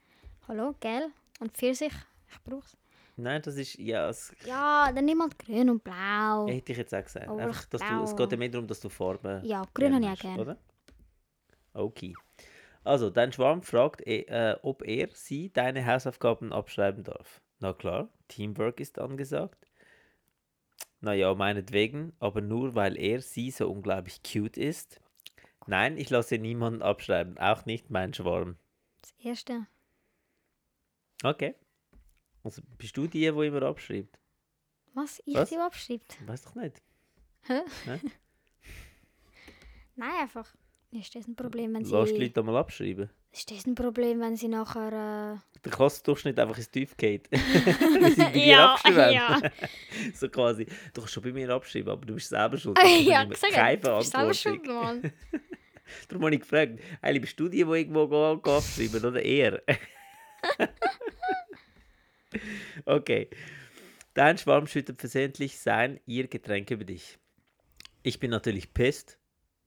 S2: Hallo, gell? Und Pfirsich? Ich brauch's.
S1: Nein, das ist. Ja, das
S2: Ja, dann nimm halt grün und blau.
S1: hätte ich jetzt auch gesagt.
S2: Oh,
S1: Einfach, dass du,
S2: blau.
S1: es geht ja mehr darum, dass du Farben.
S2: Ja, grün habe ich
S1: lernst,
S2: auch gerne.
S1: Oder? Okay. Also, dein Schwarm fragt, eh, äh, ob er sie deine Hausaufgaben abschreiben darf. Na klar, Teamwork ist angesagt. Naja, meinetwegen, aber nur weil er sie so unglaublich cute ist. Nein, ich lasse niemanden abschreiben, auch nicht mein Schwarm.
S2: Das erste.
S1: Okay. Also bist du die, wo immer abschreibt?
S2: Was? Ich
S1: Was?
S2: sie abschreibt?
S1: Weiß doch nicht.
S2: Nein, einfach. Ist das ein Problem, wenn sie...
S1: Lass die Leute doch mal abschreiben.
S2: Ist das ein Problem, wenn sie nachher...
S1: Der Klassendurchschnitt einfach ins Tief geht.
S2: Äh...
S1: sind bei dir abgeschrieben. so quasi. Du kannst schon bei mir abschreiben, aber du bist selber schuld. dass ich
S2: ja,
S1: nicht mehr-
S2: gesagt.
S1: Keine
S2: Du bist selber schuld,
S1: Verantwortung.
S2: Mann.
S1: Darum habe ich gefragt, Eili, bist du die, die irgendwo go- go abschreiben oder er? okay. Dein Schwarm schüttet versehentlich sein, ihr Getränk über dich. Ich bin natürlich pissed.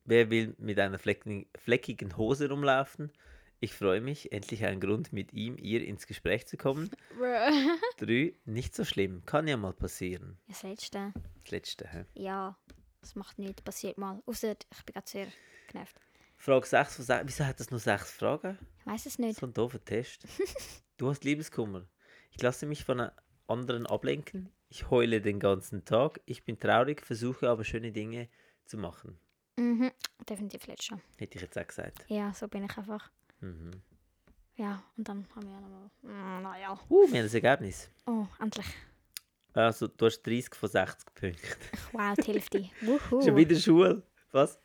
S1: Wer will mit einer flecken- fleckigen Hose rumlaufen? Ich freue mich, endlich einen Grund, mit ihm, ihr ins Gespräch zu kommen.
S2: Bruh.
S1: Drei, nicht so schlimm, kann ja mal passieren.
S2: Das letzte.
S1: Das letzte. hä?
S2: Ja. Das macht nichts, passiert mal. Außer ich bin gerade sehr genervt.
S1: Frage 6 von 6. Wieso hat das nur 6 Fragen?
S2: Ich weiß es nicht.
S1: So ein doofer Test. Du hast Liebeskummer. Ich lasse mich von einer anderen ablenken. Ich heule den ganzen Tag. Ich bin traurig, versuche aber schöne Dinge zu machen.
S2: Mhm. Definitiv letzte.
S1: Hätte ich jetzt auch gesagt.
S2: Ja, so bin ich einfach.
S1: Mhm.
S2: Ja, und dann haben wir nochmal. Naja.
S1: Uh, wir haben das Ergebnis.
S2: Oh, endlich.
S1: Also, du hast 30 von 60 Punkten.
S2: Wow, die Hälfte. Wuhu.
S1: Schon wieder Schule. Was?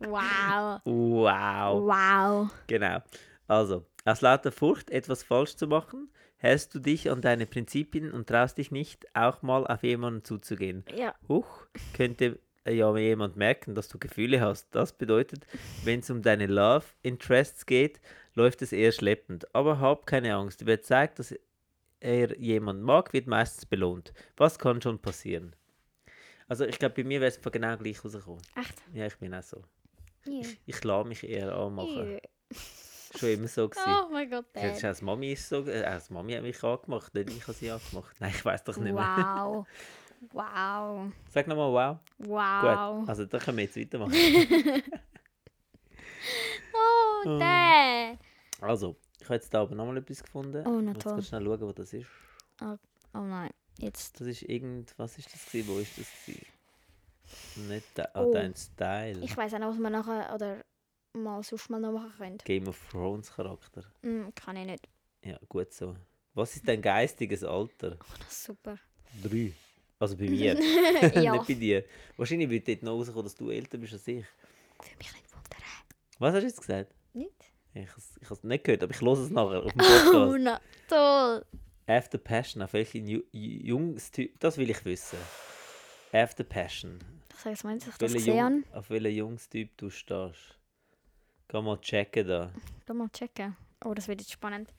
S2: Wow.
S1: Wow.
S2: Wow.
S1: Genau. Also, aus lauter Furcht, etwas falsch zu machen, Hältst du dich an deine Prinzipien und traust dich nicht, auch mal auf jemanden zuzugehen?
S2: Ja,
S1: Huch, könnte äh, ja jemand merken, dass du Gefühle hast. Das bedeutet, wenn es um deine Love Interests geht, läuft es eher schleppend. Aber hab keine Angst. Wer zeigt, dass er jemand mag, wird meistens belohnt. Was kann schon passieren? Also ich glaube, bei mir wäre es genau gleich rausgekommen.
S2: echt.
S1: Ja, ich bin auch so.
S2: Ja.
S1: Ich lasse mich eher anmachen.
S2: Ja.
S1: Schon immer so gewesen.
S2: Oh mein Gott,
S1: Kennst du,
S2: Dad.
S1: als Mami ist so, äh, als Mami hat mich angemacht, nicht ich habe sie angemacht. Nein, ich weiß doch nicht mehr.
S2: Wow. Wow.
S1: Sag nochmal wow. Gut,
S2: Wow.
S1: also da können wir jetzt weitermachen.
S2: Oh, Dad.
S1: Also, ich habe jetzt da aber nochmal etwas gefunden.
S2: Oh, na
S1: Jetzt
S2: toll.
S1: kannst schnell schauen, wo das ist.
S2: Oh nein, jetzt.
S1: Das ist irgend... Was ist das gewesen? Wo ist das gewesen? Nicht da... Ah,
S2: Oh.
S1: dein Style.
S2: Ich weiß auch noch, was wir nachher oder mal sonst mal noch machen können.
S1: Game of Thrones Charakter.
S2: Hm, kann ich nicht.
S1: Ja, gut so. Was ist dein geistiges Alter?
S2: Oh, das ist super.
S1: Drei. Also bei mir.
S2: ja.
S1: Nicht bei dir. Wahrscheinlich wird dort noch rauskommen, dass du älter bist als ich.
S2: Für mich nicht wundern.
S1: Was hast du jetzt gesagt?
S2: Nicht?
S1: Ich habe es ich has nicht gehört, aber ich höre es nachher auf dem
S2: Oh,
S1: Podcast.
S2: na toll.
S1: After Passion, auf welchen Ju- Ju- Jungstyp... Das will ich wissen. After Passion.
S2: Ich sage jetzt mal, dass ich
S1: Auf
S2: das
S1: welchen
S2: gesehen habe.
S1: Jung, auf welchen Jungstyp du stehst. Geh mal checken da.
S2: Geh mal checken. Oh, das wird jetzt spannend.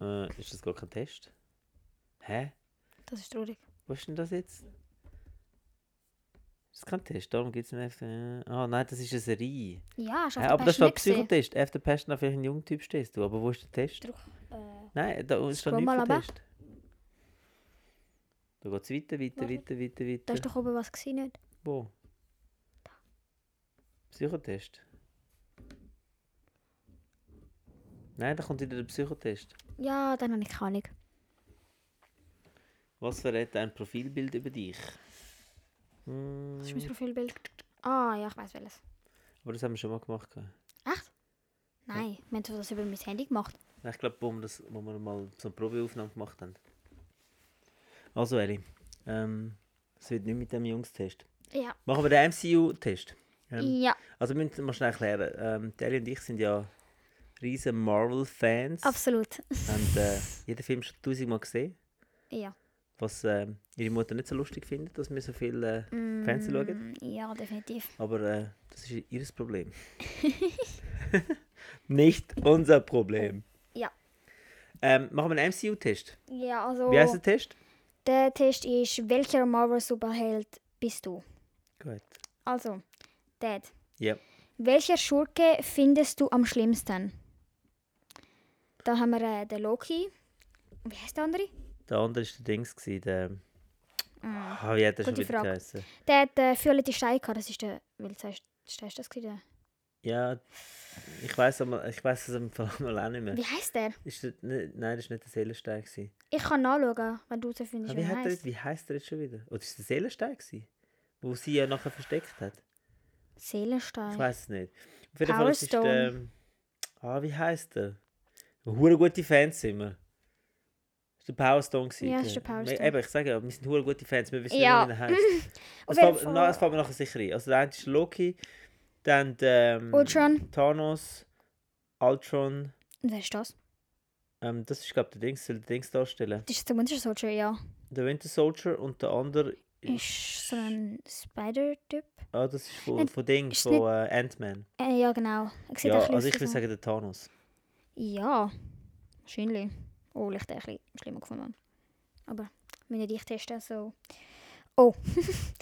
S1: Äh, ist das gar kein Test? Hä?
S2: Das ist traurig.
S1: Wo ist denn das jetzt? Das ist kein Test, darum gibt es einen After... Ah, nein, das ist eine Serie.
S2: Ja, hast du
S1: Hä,
S2: auf
S1: aber
S2: der
S1: das steht
S2: Passion nicht
S1: Psychotest. After Passion, auf welchen Jungtyp stehst du? Aber wo ist der Test?
S2: gesehen?
S1: Nein, da steht nichts
S2: Scroll
S1: vom
S2: mal runter.
S1: Test. Da geht es weiter, weiter,
S2: Warte.
S1: weiter, weiter, weiter.
S2: Da ist doch oben was gesehen, nicht?
S1: Wo? Psychotest. Nein, da kommt wieder der Psychotest.
S2: Ja, dann habe ich keine Ahnung.
S1: Was verrät ein Profilbild über dich? Hm,
S2: Das ist mein Profilbild. Ah, ja, ich weiß welches.
S1: aber das haben wir schon mal gemacht. gell?
S2: Echt? Nein, wir haben das über mein Handy gemacht.
S1: Nein, Ich glaube, wo, wir das- wo wir mal so eine Probeaufnahme gemacht haben. Also, Eli, ähm, es wird nicht mit dem Jungs-Test.
S2: Ja.
S1: Machen wir den MCU-Test. Ähm,
S2: Ja.
S1: also, wir müssen mal schnell erklären. Ähm, die Eli und ich sind ja riesen Marvel-Fans.
S2: Absolut.
S1: haben äh, jeden Film schon tausendmal gesehen.
S2: Ja.
S1: was ähm, ihre Mutter nicht so lustig findet, dass wir so viel äh, Fernsehen schauen.
S2: Mm, Ja, definitiv.
S1: Aber äh, das ist ihr Problem. nicht unser Problem.
S2: Ja.
S1: Ähm, machen wir einen MCU-Test.
S2: Ja, also.
S1: Wie heißt der Test?
S2: Der Test ist, welcher Marvel-Superheld bist du?
S1: Gut.
S2: Also, Dad.
S1: Ja.
S2: Welcher Schurke findest du am schlimmsten? Da haben wir äh, den Loki. Und Wie heißt der andere?
S1: Der andere war der Dings. Gewesen, der, Ah, wie hat er schon
S2: Mm. Gute
S1: wieder
S2: Frage.
S1: geheißen?
S2: Der hat äh, violette Steine gehabt. Das ist der. Welches heißt ist das? gewesen,
S1: Ja, ich weiß ich weiß es im Fall mal auch nicht
S2: der-
S1: mehr.
S2: Wie heißt der?
S1: Ist das, ne, nein, das war nicht der Seelenstein. gewesen.
S2: Ich kann nachschauen, wenn du es findest.
S1: Ah,
S2: wie
S1: wie,
S2: er
S1: hat er,
S2: heißt.
S1: jetzt- wie heißt er jetzt schon wieder? Oder ist es der Seelenstein? gewesen, Wo sie ja nachher versteckt hat? Ich
S2: Seelenstein.
S1: weiß es nicht. Auf jeden
S2: Power
S1: Fall es ist
S2: Stone.
S1: der. Ah, wie heißt der? Hure gute Fans sind wir. Ist der Power Stone gewesen?
S2: Ja, es ist
S1: gell?
S2: der Power
S1: Wir-
S2: Stone.
S1: Eben, ich sage ja, wir sind hure gute Fans, wir wissen
S2: Ja.
S1: nicht, wie er heißt.
S2: Auf
S1: Das
S2: jeden
S1: fällt
S2: Fall-
S1: na, das fällt mir nachher sicher ein. Also der eine ist Loki, dann der, ähm,
S2: Ultron.
S1: Thanos, Ultron.
S2: Und wer ist das?
S1: Ähm, das ist, glaube ich, der Dings, soll der Dings darstellen.
S2: Das ist der Winter Soldier, ja.
S1: Der Winter Soldier und der andere.
S2: Ist so ein Spider-Typ.
S1: Ah, das ist von,
S2: Nein,
S1: von Ding,
S2: ist
S1: von äh, Ant-Man.
S2: Äh, ja, genau. Er
S1: Ja,
S2: sieht ein bisschen
S1: also
S2: aus
S1: ich
S2: wie
S1: würde
S2: so-
S1: sagen, der Thanos.
S2: Ja, wahrscheinlich. Obwohl ich den ein bisschen schlimmer gefunden habe. Aber wenn ich dich teste, so. Oh.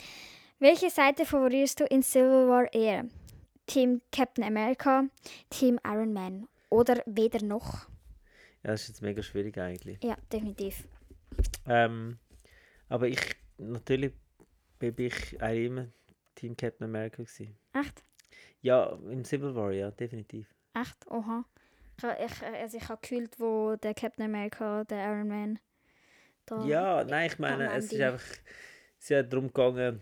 S2: Welche Seite favorierst du in Civil War eher? Team Captain America, Team Iron Man oder weder noch?
S1: Ja, das ist jetzt mega schwierig eigentlich.
S2: Ja, definitiv.
S1: Ähm, aber ich, natürlich bin ich eigentlich immer Team Captain America gewesen.
S2: Echt?
S1: Ja, im Civil War, ja, definitiv.
S2: Echt? Oha. Ich, ha- ich, also ich habe gefühlt, wo der Captain America, der Iron Man. Da
S1: Ja, nein, ich meine,
S2: am
S1: es ist
S2: Ende.
S1: einfach, es ist ja darum gegangen,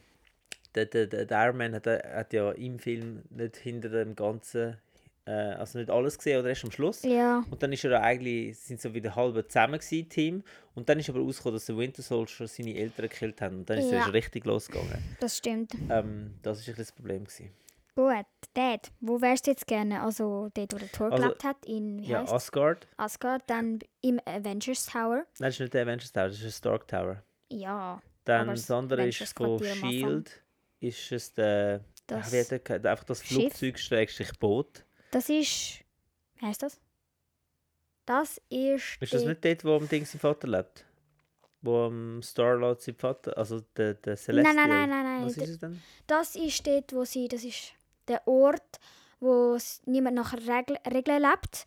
S1: der, der, der, der Iron Man hat, hat ja im Film nicht hinter dem Ganzen, äh, also nicht alles gesehen oder erst am Schluss.
S2: Ja,
S1: Und dann ist er eigentlich, sind so wieder halb zusammen gewesen, Team. Und dann ist aber rausgekommen, dass der Winter Soldier seine Eltern gekillt haben. Und dann ist
S2: Ja.
S1: es richtig losgegangen.
S2: das stimmt.
S1: Ähm, das war ein bisschen das Problem. Gewesen.
S2: Gut, dort. Wo wärst du jetzt gerne? Also dort, wo der Thor
S1: Also-
S2: gelebt hat, in wie
S1: Ja,
S2: heisst's?
S1: Asgard.
S2: Asgard, dann im Avengers Tower.
S1: Nein, das ist nicht der Avengers Tower, das ist der Stark Tower.
S2: Ja,
S1: Dann
S2: Aber
S1: das
S2: das
S1: andere ist
S2: Avengers
S1: von
S2: Quartier am Anfang.
S1: Shield. E Ist es der. Das
S2: das,
S1: wie hat der, geheißen? einfach das
S2: Schiff?
S1: Flugzeug schrägstrich Boot.
S2: das ist... Wie heisst das? Das ist...
S1: Ist das
S2: dort-
S1: nicht dort, wo am Ding sein Vater lebt? Wo am Starlord sein Vater, also der, der Celestial.
S2: Nein, nein, nein, nein, nein.
S1: Was ist es denn?
S2: Das ist dort, wo sie, das ist der Ort, wo s- niemand nach Regel, Regeln lebt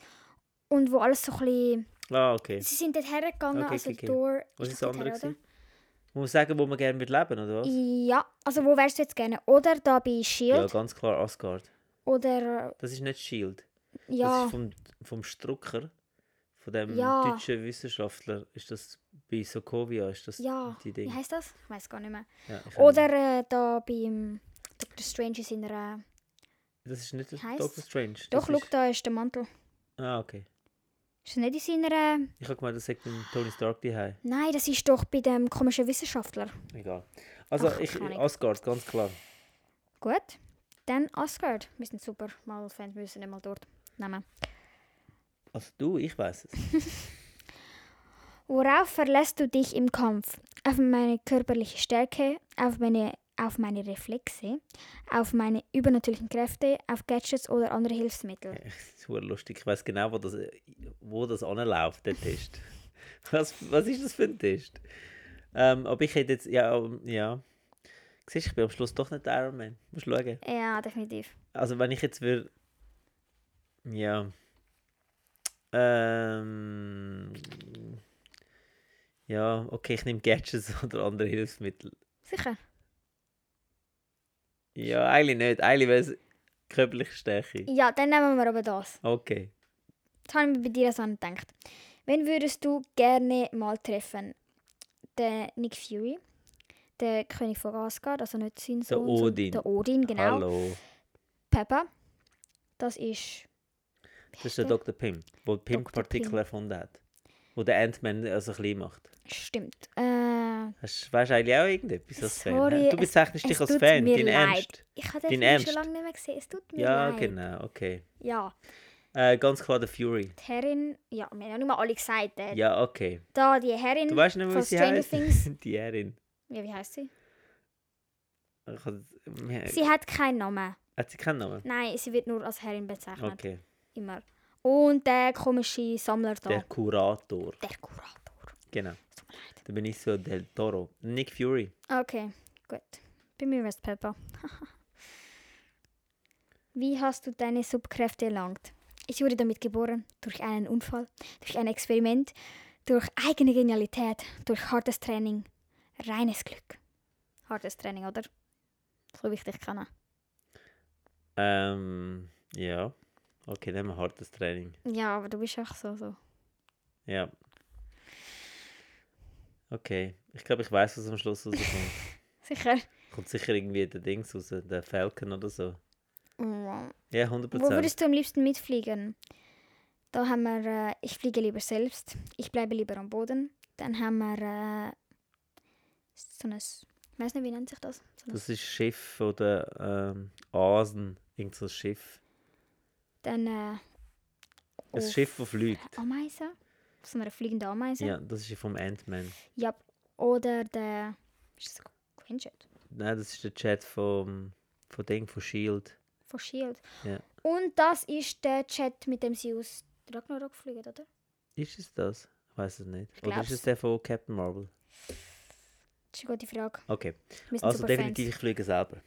S2: und wo alles so ein bisschen...
S1: Ah, okay.
S2: Sie sind dort hergegangen,
S1: Okay,
S2: also
S1: okay, okay.
S2: der Thor...
S1: Was ist
S2: ist
S1: das
S2: doch
S1: andere?
S2: dort her, oder?
S1: gewesen? Muss man sagen, wo man gerne mit leben, oder was?
S2: Ja, also wo wärst du jetzt gerne? Oder da bei
S1: Ja,
S2: S.H.I.E.L.D.
S1: ganz klar Asgard.
S2: oder... äh,
S1: Das ist nicht Shield. E Das
S2: Ja,
S1: ist vom, vom Strucker, von dem
S2: Ja.
S1: deutschen Wissenschaftler. Ist das bei Sokovia? Ist das
S2: ja.
S1: die
S2: Wie
S1: Ding?
S2: heisst das? Ich weiß gar nicht mehr.
S1: Ja, ich weiss nicht.
S2: Oder äh, da beim Dr. Strange in seiner...
S1: Das ist nicht das
S2: heisst's?
S1: Doctor Strange. Das
S2: Doch, schau,
S1: ist,
S2: da ist der Mantel.
S1: Ah, okay.
S2: Ist das nicht in seiner...
S1: Ich habe gemeint, das sagt beim Tony Stark die
S2: Nein, das ist doch bei dem komischen Wissenschaftler.
S1: Egal. Also,
S2: Ach,
S1: ich,
S2: keine Ahnung.
S1: Asgard, ganz klar.
S2: Gut. Dann Asgard. Wir sind super. Mal Fans müssen nicht mal dort nehmen.
S1: Also, du, ich weiß es.
S2: Worauf verlässt du dich im Kampf? Auf meine körperliche Stärke, auf meine, auf meine Reflexe, auf meine übernatürlichen Kräfte, auf Gadgets oder andere Hilfsmittel.
S1: Ich- Das ist super lustig. Ich weiß genau, wo das, wo das anläuft, der Test. Was, was ist das für ein Test? Ähm, aber ich hätte jetzt, ja, ähm, ja. Siehst du, ich bin am Schluss doch nicht Iron Man. Musst schauen.
S2: Ja, definitiv.
S1: Also, wenn ich jetzt würde. Ja. Ähm. Ja, okay, ich nehme Gadgets oder andere Hilfsmittel.
S2: Sicher.
S1: Ja, eigentlich nicht. Eigentlich wäre es körperliche Stärke.
S2: Ja, dann nehmen wir aber das.
S1: Okay.
S2: Das habe ich mir bei dir so gedacht. Wen würdest du gerne mal treffen? Den Nick Fury, der König von Asgard, also nicht sein Sohn, sondern
S1: Odin.
S2: Der Odin, genau.
S1: Hallo.
S2: Peppa. Das ist.
S1: Das ist der Dr. Pym, der Pym
S2: Dr.
S1: Partikel
S2: Pym.
S1: erfunden hat. Wo der Ant-Man also klein macht.
S2: Stimmt. Äh,
S1: Hast, weißt du eigentlich auch irgendetwas als Fan?
S2: Sorry,
S1: hä? Du
S2: es-
S1: bezeichnest dich
S2: es
S1: als
S2: tut
S1: Fan,
S2: mir
S1: dein
S2: leid.
S1: Ernst.
S2: ich habe
S1: Dein
S2: den Film
S1: Ernst?
S2: schon lange nicht mehr gesehen. Es tut mir
S1: Ja,
S2: leid.
S1: genau, okay.
S2: Ja,
S1: Äh, ganz klar der Fury.
S2: die Herrin. Ja, wir haben ja nicht mal alle gesagt. Äh.
S1: Ja, okay.
S2: Da, die Herrin
S1: Du weißt nicht mehr,
S2: von
S1: wie sie
S2: Stranger
S1: heißt.
S2: Things.
S1: Die Erin.
S2: Ja, wie heißt sie?
S1: Ich hab- mir-
S2: Sie hat keinen Namen.
S1: Hat sie keinen Namen?
S2: Nein, sie wird nur als Herrin bezeichnet.
S1: Okay.
S2: Immer. Und der komische Sammler da.
S1: Der
S2: Der,
S1: Kurator.
S2: Kurator.
S1: Genau.
S2: Es tut mir leid.
S1: Der Benicio del Toro. Nick Fury.
S2: Okay, gut. Bei mir wär's Peppa. Wie hast du deine Subkräfte erlangt? Ich wurde damit geboren. Durch einen Unfall, durch ein Experiment, durch eigene Genialität, durch hartes Training, reines Glück. Hartes Training, oder? So wichtig kann er.
S1: Ähm, ja. Okay, dann haben wir hartes Training.
S2: Ja, aber du bist auch so. so.
S1: Ja. Okay. Ich glaube, ich weiß, was am Schluss rauskommt.
S2: Sicher.
S1: Kommt sicher irgendwie der Dings raus, der Falcon oder so.
S2: Ja.
S1: Ja, 100%.
S2: Wo würdest du am liebsten mitfliegen? Da haben wir, äh, ich fliege lieber selbst, ich bleibe lieber am Boden. Dann haben wir äh, so ein, ich weiß nicht, wie nennt sich das? So ein,
S1: das ist Schiff oder ähm, Asen. Irgend so ein Schiff.
S2: dann äh,
S1: Ein
S2: auf
S1: Schiff, das fliegt.
S2: einer Ameise, so eine fliegende Ameise.
S1: Ja, das ist vom Ant-Man.
S2: Ja. Oder der, ist das Quinjet?
S1: Nein, das ist der Chat vom, vom Ding, von Shield.
S2: Von Shield.
S1: Ja.
S2: E Und das ist der Chat, mit dem sie aus Ragnarok fliegen, oder?
S1: Ist es das? Ich weiß es nicht. Oder ist
S2: glaub's.
S1: es der von Captain Marvel?
S2: Das ist eine gute Frage.
S1: Okay.
S2: Wir sind
S1: Also
S2: Superfans.
S1: definitiv, ich fliege selber.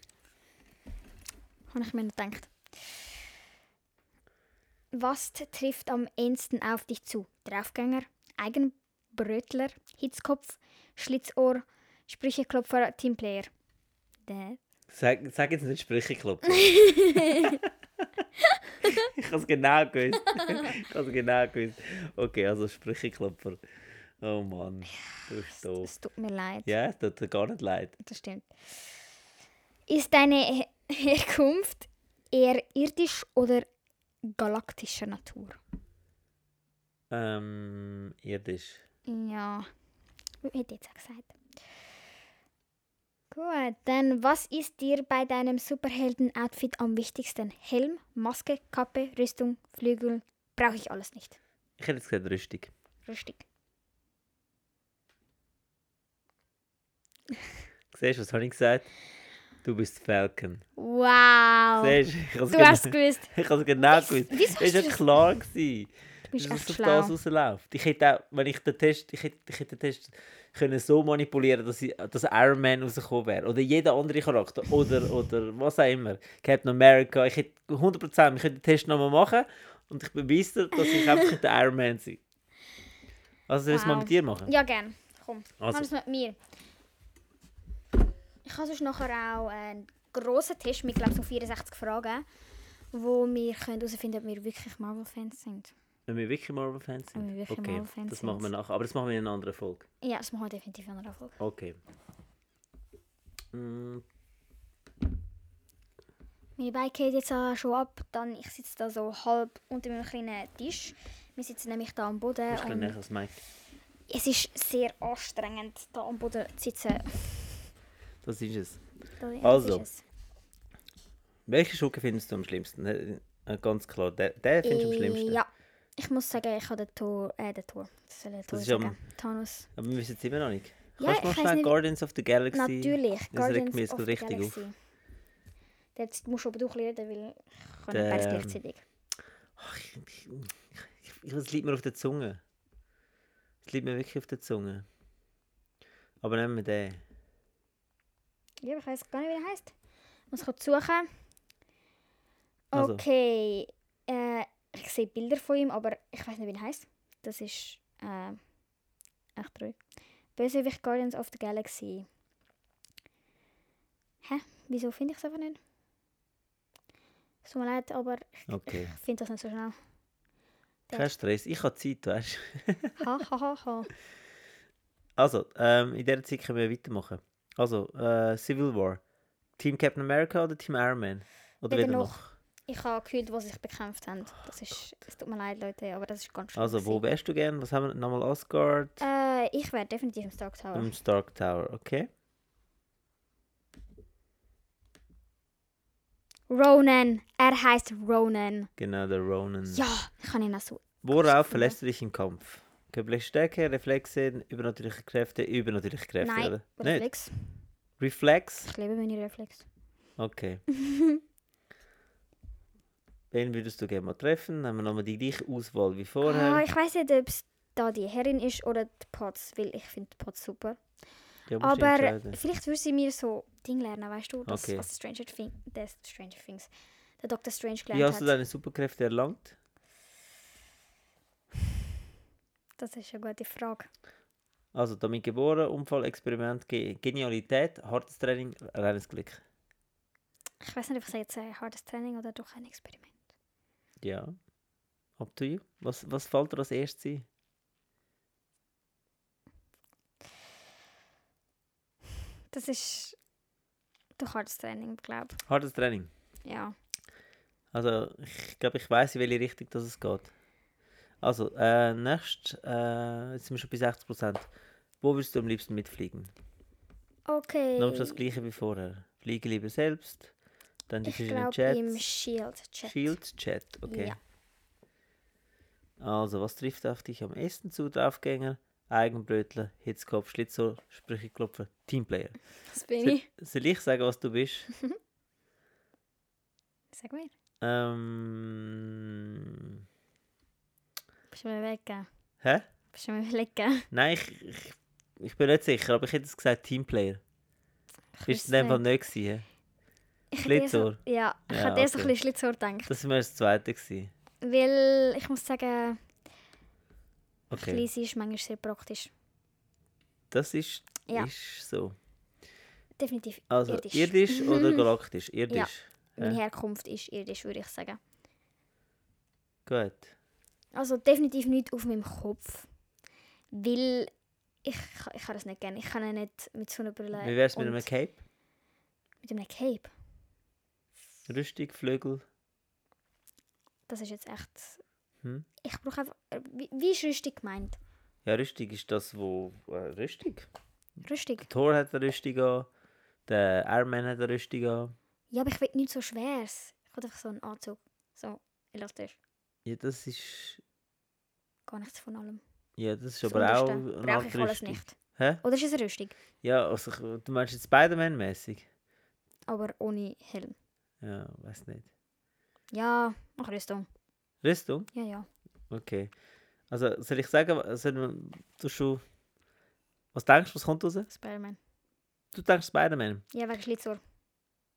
S2: Habe ich mir noch gedacht. Was trifft am ehesten auf dich zu? Draufgänger, Eigenbrötler, Hitzkopf, Schlitzohr, Sprücheklopfer, Teamplayer. Dä?
S1: Sag, sag jetzt nicht Sprücheklopfer. ich habe es genau gewusst. ich habe es genau gewusst. Okay, also Sprücheklopfer. Oh Mann, du bist doof.
S2: Es tut mir leid.
S1: Ja, es tut dir gar nicht leid.
S2: Das stimmt. Ist deine Her- Herkunft eher irdisch oder galaktischer Natur?
S1: Ähm, irdisch.
S2: Ja, hätte ich jetzt auch gesagt. Gut, dann was ist dir bei deinem Superhelden-Outfit am wichtigsten? Helm, Maske, Kappe, Rüstung, Flügel? Brauche ich alles nicht.
S1: Ich hätte jetzt gesagt Rüstung.
S2: Richtig.
S1: Siehst du, was habe ich gesagt? Du bist Falcon.
S2: Wow!
S1: Siehst du, ich habe es
S2: du hast
S1: genau,
S2: gewusst.
S1: ich habe es genau gewusst.
S2: Wieso
S1: Es
S2: hast du
S1: war ja
S2: das?
S1: klar, gewesen,
S2: Du
S1: dass es
S2: bist echt
S1: auf das
S2: schlau.
S1: rausläuft. Ich hätte auch, wenn ich den Test, ich hätte, ich hätte den Test können so manipulieren dass, ich, dass Iron Man rausgekommen wäre. Oder jeder andere Charakter. Oder, oder was auch immer. Captain America. Ich hätte 100%, ich könnte den Test nochmal machen und ich beweise dir, dass ich einfach der Iron Man bin. Also, soll ich es mal
S2: Wow.
S1: mit dir machen?
S2: Ja, gern. Komm,
S1: Also.
S2: mach das mit mir. Ich habe sonst nachher auch einen grossen Tisch mit, glaube so 64 Fragen, wo wir können herausfinden können, ob wir wirklich Marvel-Fans sind.
S1: Wenn wir wirklich Marvel-Fans sind.
S2: Wenn wir wirklich
S1: okay,
S2: Marvel-Fans
S1: das machen wir
S2: sind.
S1: nachher. Aber das machen wir in einer anderen Folge.
S2: Ja, das machen wir definitiv in einer Folge.
S1: Okay. Mm,
S2: Meine Beine geht jetzt auch schon ab, dann ich sitze da so halb unter meinem kleinen Tisch. Wir sitzen nämlich da am Boden
S1: ich kann
S2: und
S1: nicht als Mike.
S2: es ist sehr anstrengend, da am Boden zu sitzen.
S1: Das ist es.
S2: Da
S1: Also.
S2: Ist es.
S1: Welche Schurke findest du am schlimmsten? Äh, äh, Ganz klar, der, der findest du am
S2: Äh,
S1: schlimmsten.
S2: Ja, ich muss sagen, ich habe den Tor, äh, den Tor, das soll der Tor
S1: ist
S2: sagen.
S1: am-
S2: Thanos.
S1: Aber wir wissen es immer noch nicht.
S2: Ja,
S1: Kannst du mal
S2: ich weiss
S1: schnell
S2: nicht-
S1: Guardians of the Galaxy?
S2: Natürlich,
S1: Das regt
S2: Guardians
S1: mich jetzt
S2: of
S1: gerade
S2: the
S1: richtig auf.
S2: Galaxy. Jetzt musst du aber doch reden, weil ich kann
S1: Der,
S2: nicht beides
S1: ähm,
S2: gleichzeitig.
S1: Ach, ich, ich, ich, ich, es liegt mir auf der Zunge. Es liegt mir wirklich auf der Zunge. Aber nehmen wir den.
S2: Ja, ich weiß gar nicht, wie er heißt. Muss kurz suchen.
S1: Also.
S2: Okay. Äh, ich sehe Bilder von ihm, aber ich weiß nicht, wie er heißt. Das ist äh, echt treu. Bösewicht Guardians of the Galaxy. Hä? Wieso finde ich es einfach nicht? Es tut mir leid, aber
S1: Okay.
S2: ich finde das nicht so schnell. Der-
S1: Kein Stress, ich habe Zeit, weißt du.
S2: Ha, ha, ha, ha.
S1: Also, ähm, in dieser Zeit können wir weitermachen. Also, äh, Civil War. Team Captain America oder Team Iron Man? Oder
S2: Weder
S1: weder
S2: noch.
S1: noch?
S2: Ich habe gehört, was sich bekämpft haben. Das ist, es tut mir leid, Leute, aber das ist ganz schön.
S1: Also, wo wärst du gern? Was haben wir nochmal? Asgard?
S2: Äh, ich wäre definitiv im Stark Tower.
S1: Im Stark Tower, okay.
S2: Ronan. Er heißt Ronan.
S1: Genau, der Ronan.
S2: Ja, genau. ich kann ihn auch so.
S1: Worauf verlässt du dich im Kampf? Körperliche Stärke, Reflexe, übernatürliche Kräfte, übernatürliche Kräfte,
S2: Nein,
S1: oder? Nicht?
S2: Reflex.
S1: Reflex?
S2: Ich liebe meine Reflex.
S1: Okay. Wen würdest du gerne mal treffen? Haben wir nochmal die gleiche Auswahl wie vorher?
S2: Ah, ich weiß nicht, ob es da die Herrin ist oder die Potz, weil ich finde Potz super.
S1: ja, musst du
S2: Aber
S1: entscheiden.
S2: vielleicht würde sie mir so Ding lernen, weißt du, das,
S1: Okay.
S2: was Stranger, Thing, das Stranger Things, der Dr. Strange
S1: Wie
S2: gelernt
S1: hast du
S2: hat.
S1: deine Superkräfte erlangt?
S2: Das ist eine gute Frage.
S1: Also damit geboren, Unfall, Experiment, Ge Genialität, hartes Training, reines Glück.
S2: Ich weiß nicht, ob ich sage jetzt ein hartes Training oder doch ein Experiment.
S1: Ja. Up to you. Was, was fällt dir als erstes ein?
S2: Das ist doch hartes Training, glaube
S1: Hartes Training.
S2: ich. Ja.
S1: Also, ich glaube, ich weiß, in welche Richtung das es geht. Also, äh, nächstes, äh, jetzt sind wir schon bei 60%. Wo würdest du am liebsten mitfliegen?
S2: Okay.
S1: Nochmal das gleiche wie vorher. Fliege lieber selbst, dann die
S2: ich
S1: verschiedenen
S2: glaube im
S1: Chats.
S2: Shield-Chat.
S1: Shield-Chat, okay.
S2: Ja.
S1: Also, was trifft auf dich am ehesten zu? Draufgänger, Eigenbrötler, Hitzkopf, Schlitzohr, Sprücheklopfer, Teamplayer.
S2: Das bin
S1: Soll,
S2: ich.
S1: soll ich sagen, was du bist?
S2: Sag mir.
S1: ähm,
S2: Bist du mir weggegeben?
S1: hä?
S2: Bist du mir weggegeben?
S1: Nein, ich, ich, ich bin nicht sicher, aber ich hätte es gesagt Teamplayer. Bist du in dem Fall nicht gewesen? hä?
S2: Ich hätte eher
S1: Schlitzohr?
S2: So, ja, ich
S1: Ja,
S2: hätte erst
S1: okay.
S2: ein bisschen Schlitzohr gedacht.
S1: Das war das zweite. Gewesen.
S2: Weil ich muss sagen,
S1: Okay,
S2: Fleece ist manchmal sehr praktisch.
S1: das ist,
S2: Ja.
S1: ist so.
S2: Definitiv
S1: Also,
S2: irdisch.
S1: irdisch, oder galaktisch? Irdisch.
S2: Meine
S1: Ja.
S2: Herkunft ist irdisch, würde ich sagen.
S1: Gut.
S2: Also definitiv nicht auf meinem Kopf. Weil ich, ich kann das nicht gerne. Ich kann ja nicht mit Sonnenbrille
S1: Wie wär's mit
S2: Äh, und
S1: einem Cape?
S2: mit einem Cape.
S1: Rüstig, Flügel.
S2: Das ist jetzt echt...
S1: Hm?
S2: Ich brauche einfach... Wie, wie ist Rüstung gemeint?
S1: Ja, rüstig ist das, wo. Äh, rüstig?
S2: Rüstung?
S1: Thor hat eine Rüstung an. Der Ironman hat eine Rüstung an.
S2: Ja, aber ich will nichts so Schweres. Ich will einfach so einen Anzug. So, elastisch.
S1: Ja, das ist...
S2: Gar nichts von allem.
S1: Ja, das ist
S2: Das
S1: aber auch
S2: Unterste
S1: eine
S2: Brauche
S1: Art
S2: ich alles
S1: Rüstung.
S2: nicht.
S1: Hä?
S2: Oder ist es eine Rüstung?
S1: Ja, also, ich- du meinst jetzt Spider-Man-mässig?
S2: Aber ohne Helm.
S1: Ja, weiß nicht.
S2: Ja, mach Rüstung.
S1: Rüstung?
S2: Ja, ja.
S1: Okay. Also, soll ich sagen, soll man, du schon... Was denkst du, was kommt raus?
S2: Spider-Man.
S1: Du denkst Spider-Man.
S2: Ja, wegen Schlitzohr.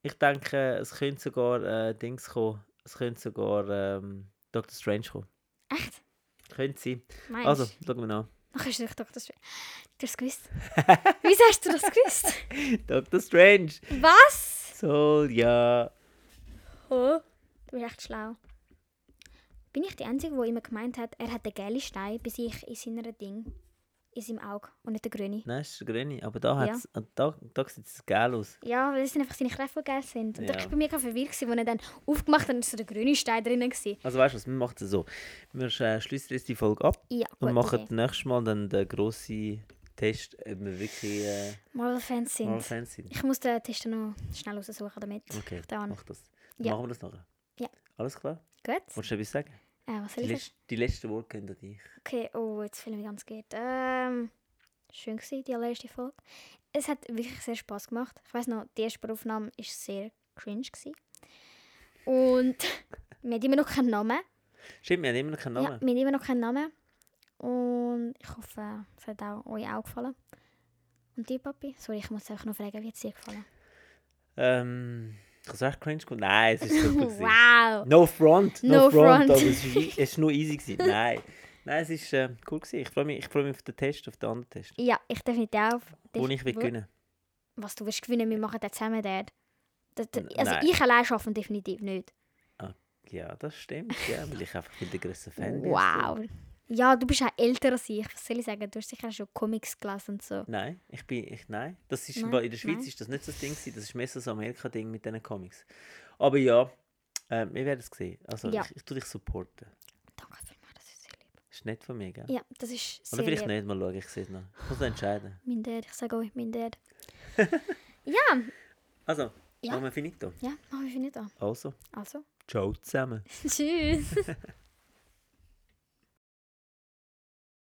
S1: Ich denke, es könnte sogar äh, Dings kommen. Es könnte sogar ähm, Doctor Strange kommen.
S2: Echt?
S1: Könnte sein.
S2: Meinst
S1: Also, schauen wir an.
S2: Ach, hast du dich doch das... Du hast es gewusst. Wieso hast du das gewusst?
S1: Doctor Strange!
S2: Was?
S1: So, ja.
S2: Oh. Du bist echt schlau. Bin ich die Einzige, die immer gemeint hat, er hat den gelben Stein bei sich in seinem Ding, in seinem Auge und nicht den grünen?
S1: Nein, es ist grüne, aber da,
S2: Ja.
S1: hat's, ah, da, da sieht es geil aus.
S2: Ja, weil das sind einfach seine Kräfte, die geil sind. Und
S1: Ja.
S2: ich war bei mir gerade verwirrt, gewesen, als er dann aufgemacht hat, und so der grüne Stein drinnen. Gewesen.
S1: Also weißt du was, wir machen es so. Wir äh, schließen jetzt die Folge ab
S2: Ja,
S1: und
S2: gute
S1: machen
S2: Idee.
S1: nächstes Mal dann den grossen Test, ob wir wirklich äh,
S2: Marvel-Fans sind.
S1: mal Fans sind.
S2: Ich muss den Test noch schnell raussuchen, damit
S1: Okay,
S2: ich dann...
S1: mach das.
S2: Ja.
S1: Machen wir das nachher.
S2: Ja.
S1: Alles klar?
S2: Gut.
S1: Wolltest du etwas sagen?
S2: Äh, was soll
S1: Die,
S2: ich sagen?
S1: letz die letzten Worte gehen an dich.
S2: Okay, oh, jetzt fühle ich mich ganz gut. Ähm, schön gewesen, die allererste Folge. Es hat wirklich sehr Spaß gemacht. Ich weiß noch, die erste Aufnahme war sehr cringe. Gewesen. Und wir haben immer noch keinen Namen.
S1: Stimmt, wir haben immer noch keinen
S2: Ja,
S1: Namen.
S2: wir haben immer noch keinen Namen. Und ich hoffe, es hat auch euch auch gefallen. Und dir, Papi? Sorry, ich muss euch noch fragen, wie hat es dir gefallen?
S1: Ähm, ich habe es echt cringe gefunden. Nein, es ist super. gewesen.
S2: wow!
S1: No front, no,
S2: No
S1: front.
S2: front.
S1: Aber es war es war nur easy. Gewesen. Nein. Nein, es ist äh, cool. Gewesen. Ich freue mich, ich freu mich auf den Test, auf den anderen Test.
S2: Ja, ich darf nicht auf.
S1: Wo ich will gewinnen.
S2: Was du wirst gewinnen, wir machen das zusammen dort. Das,
S1: N-
S2: also
S1: nein.
S2: ich allein schaffen definitiv nicht.
S1: Ja, das stimmt. Ja, weil ich einfach viel der grösste Fan bin.
S2: Wow. Ja, du bist auch älter als ich. Was soll ich sagen? Du hast sicher schon Comics gelesen und so.
S1: Nein, ich bin. Ich, nein. Das ist,
S2: Nein,
S1: weil in der Schweiz
S2: nein.
S1: ist das nicht so das Ding. Gewesen. Das ist mehr so das Amerika-Ding mit diesen Comics. Aber ja, äh, wir werden es sehen. Also
S2: Ja.
S1: ich, ich tue dich supporten.
S2: Danke vielmals, das ist sehr lieb.
S1: Ist nett von mir, gell?
S2: Ja, das ist sehr
S1: Oder vielleicht
S2: lieb.
S1: nicht, mal schauen, ich sehe es noch. Ich muss noch entscheiden.
S2: Mein Dad, ich sage euch, mein Dad. ja,
S1: Also,
S2: Ja.
S1: machen wir finito.
S2: ja, machen wir nicht an.
S1: Also,
S2: Also,
S1: ciao zusammen.
S2: tschüss.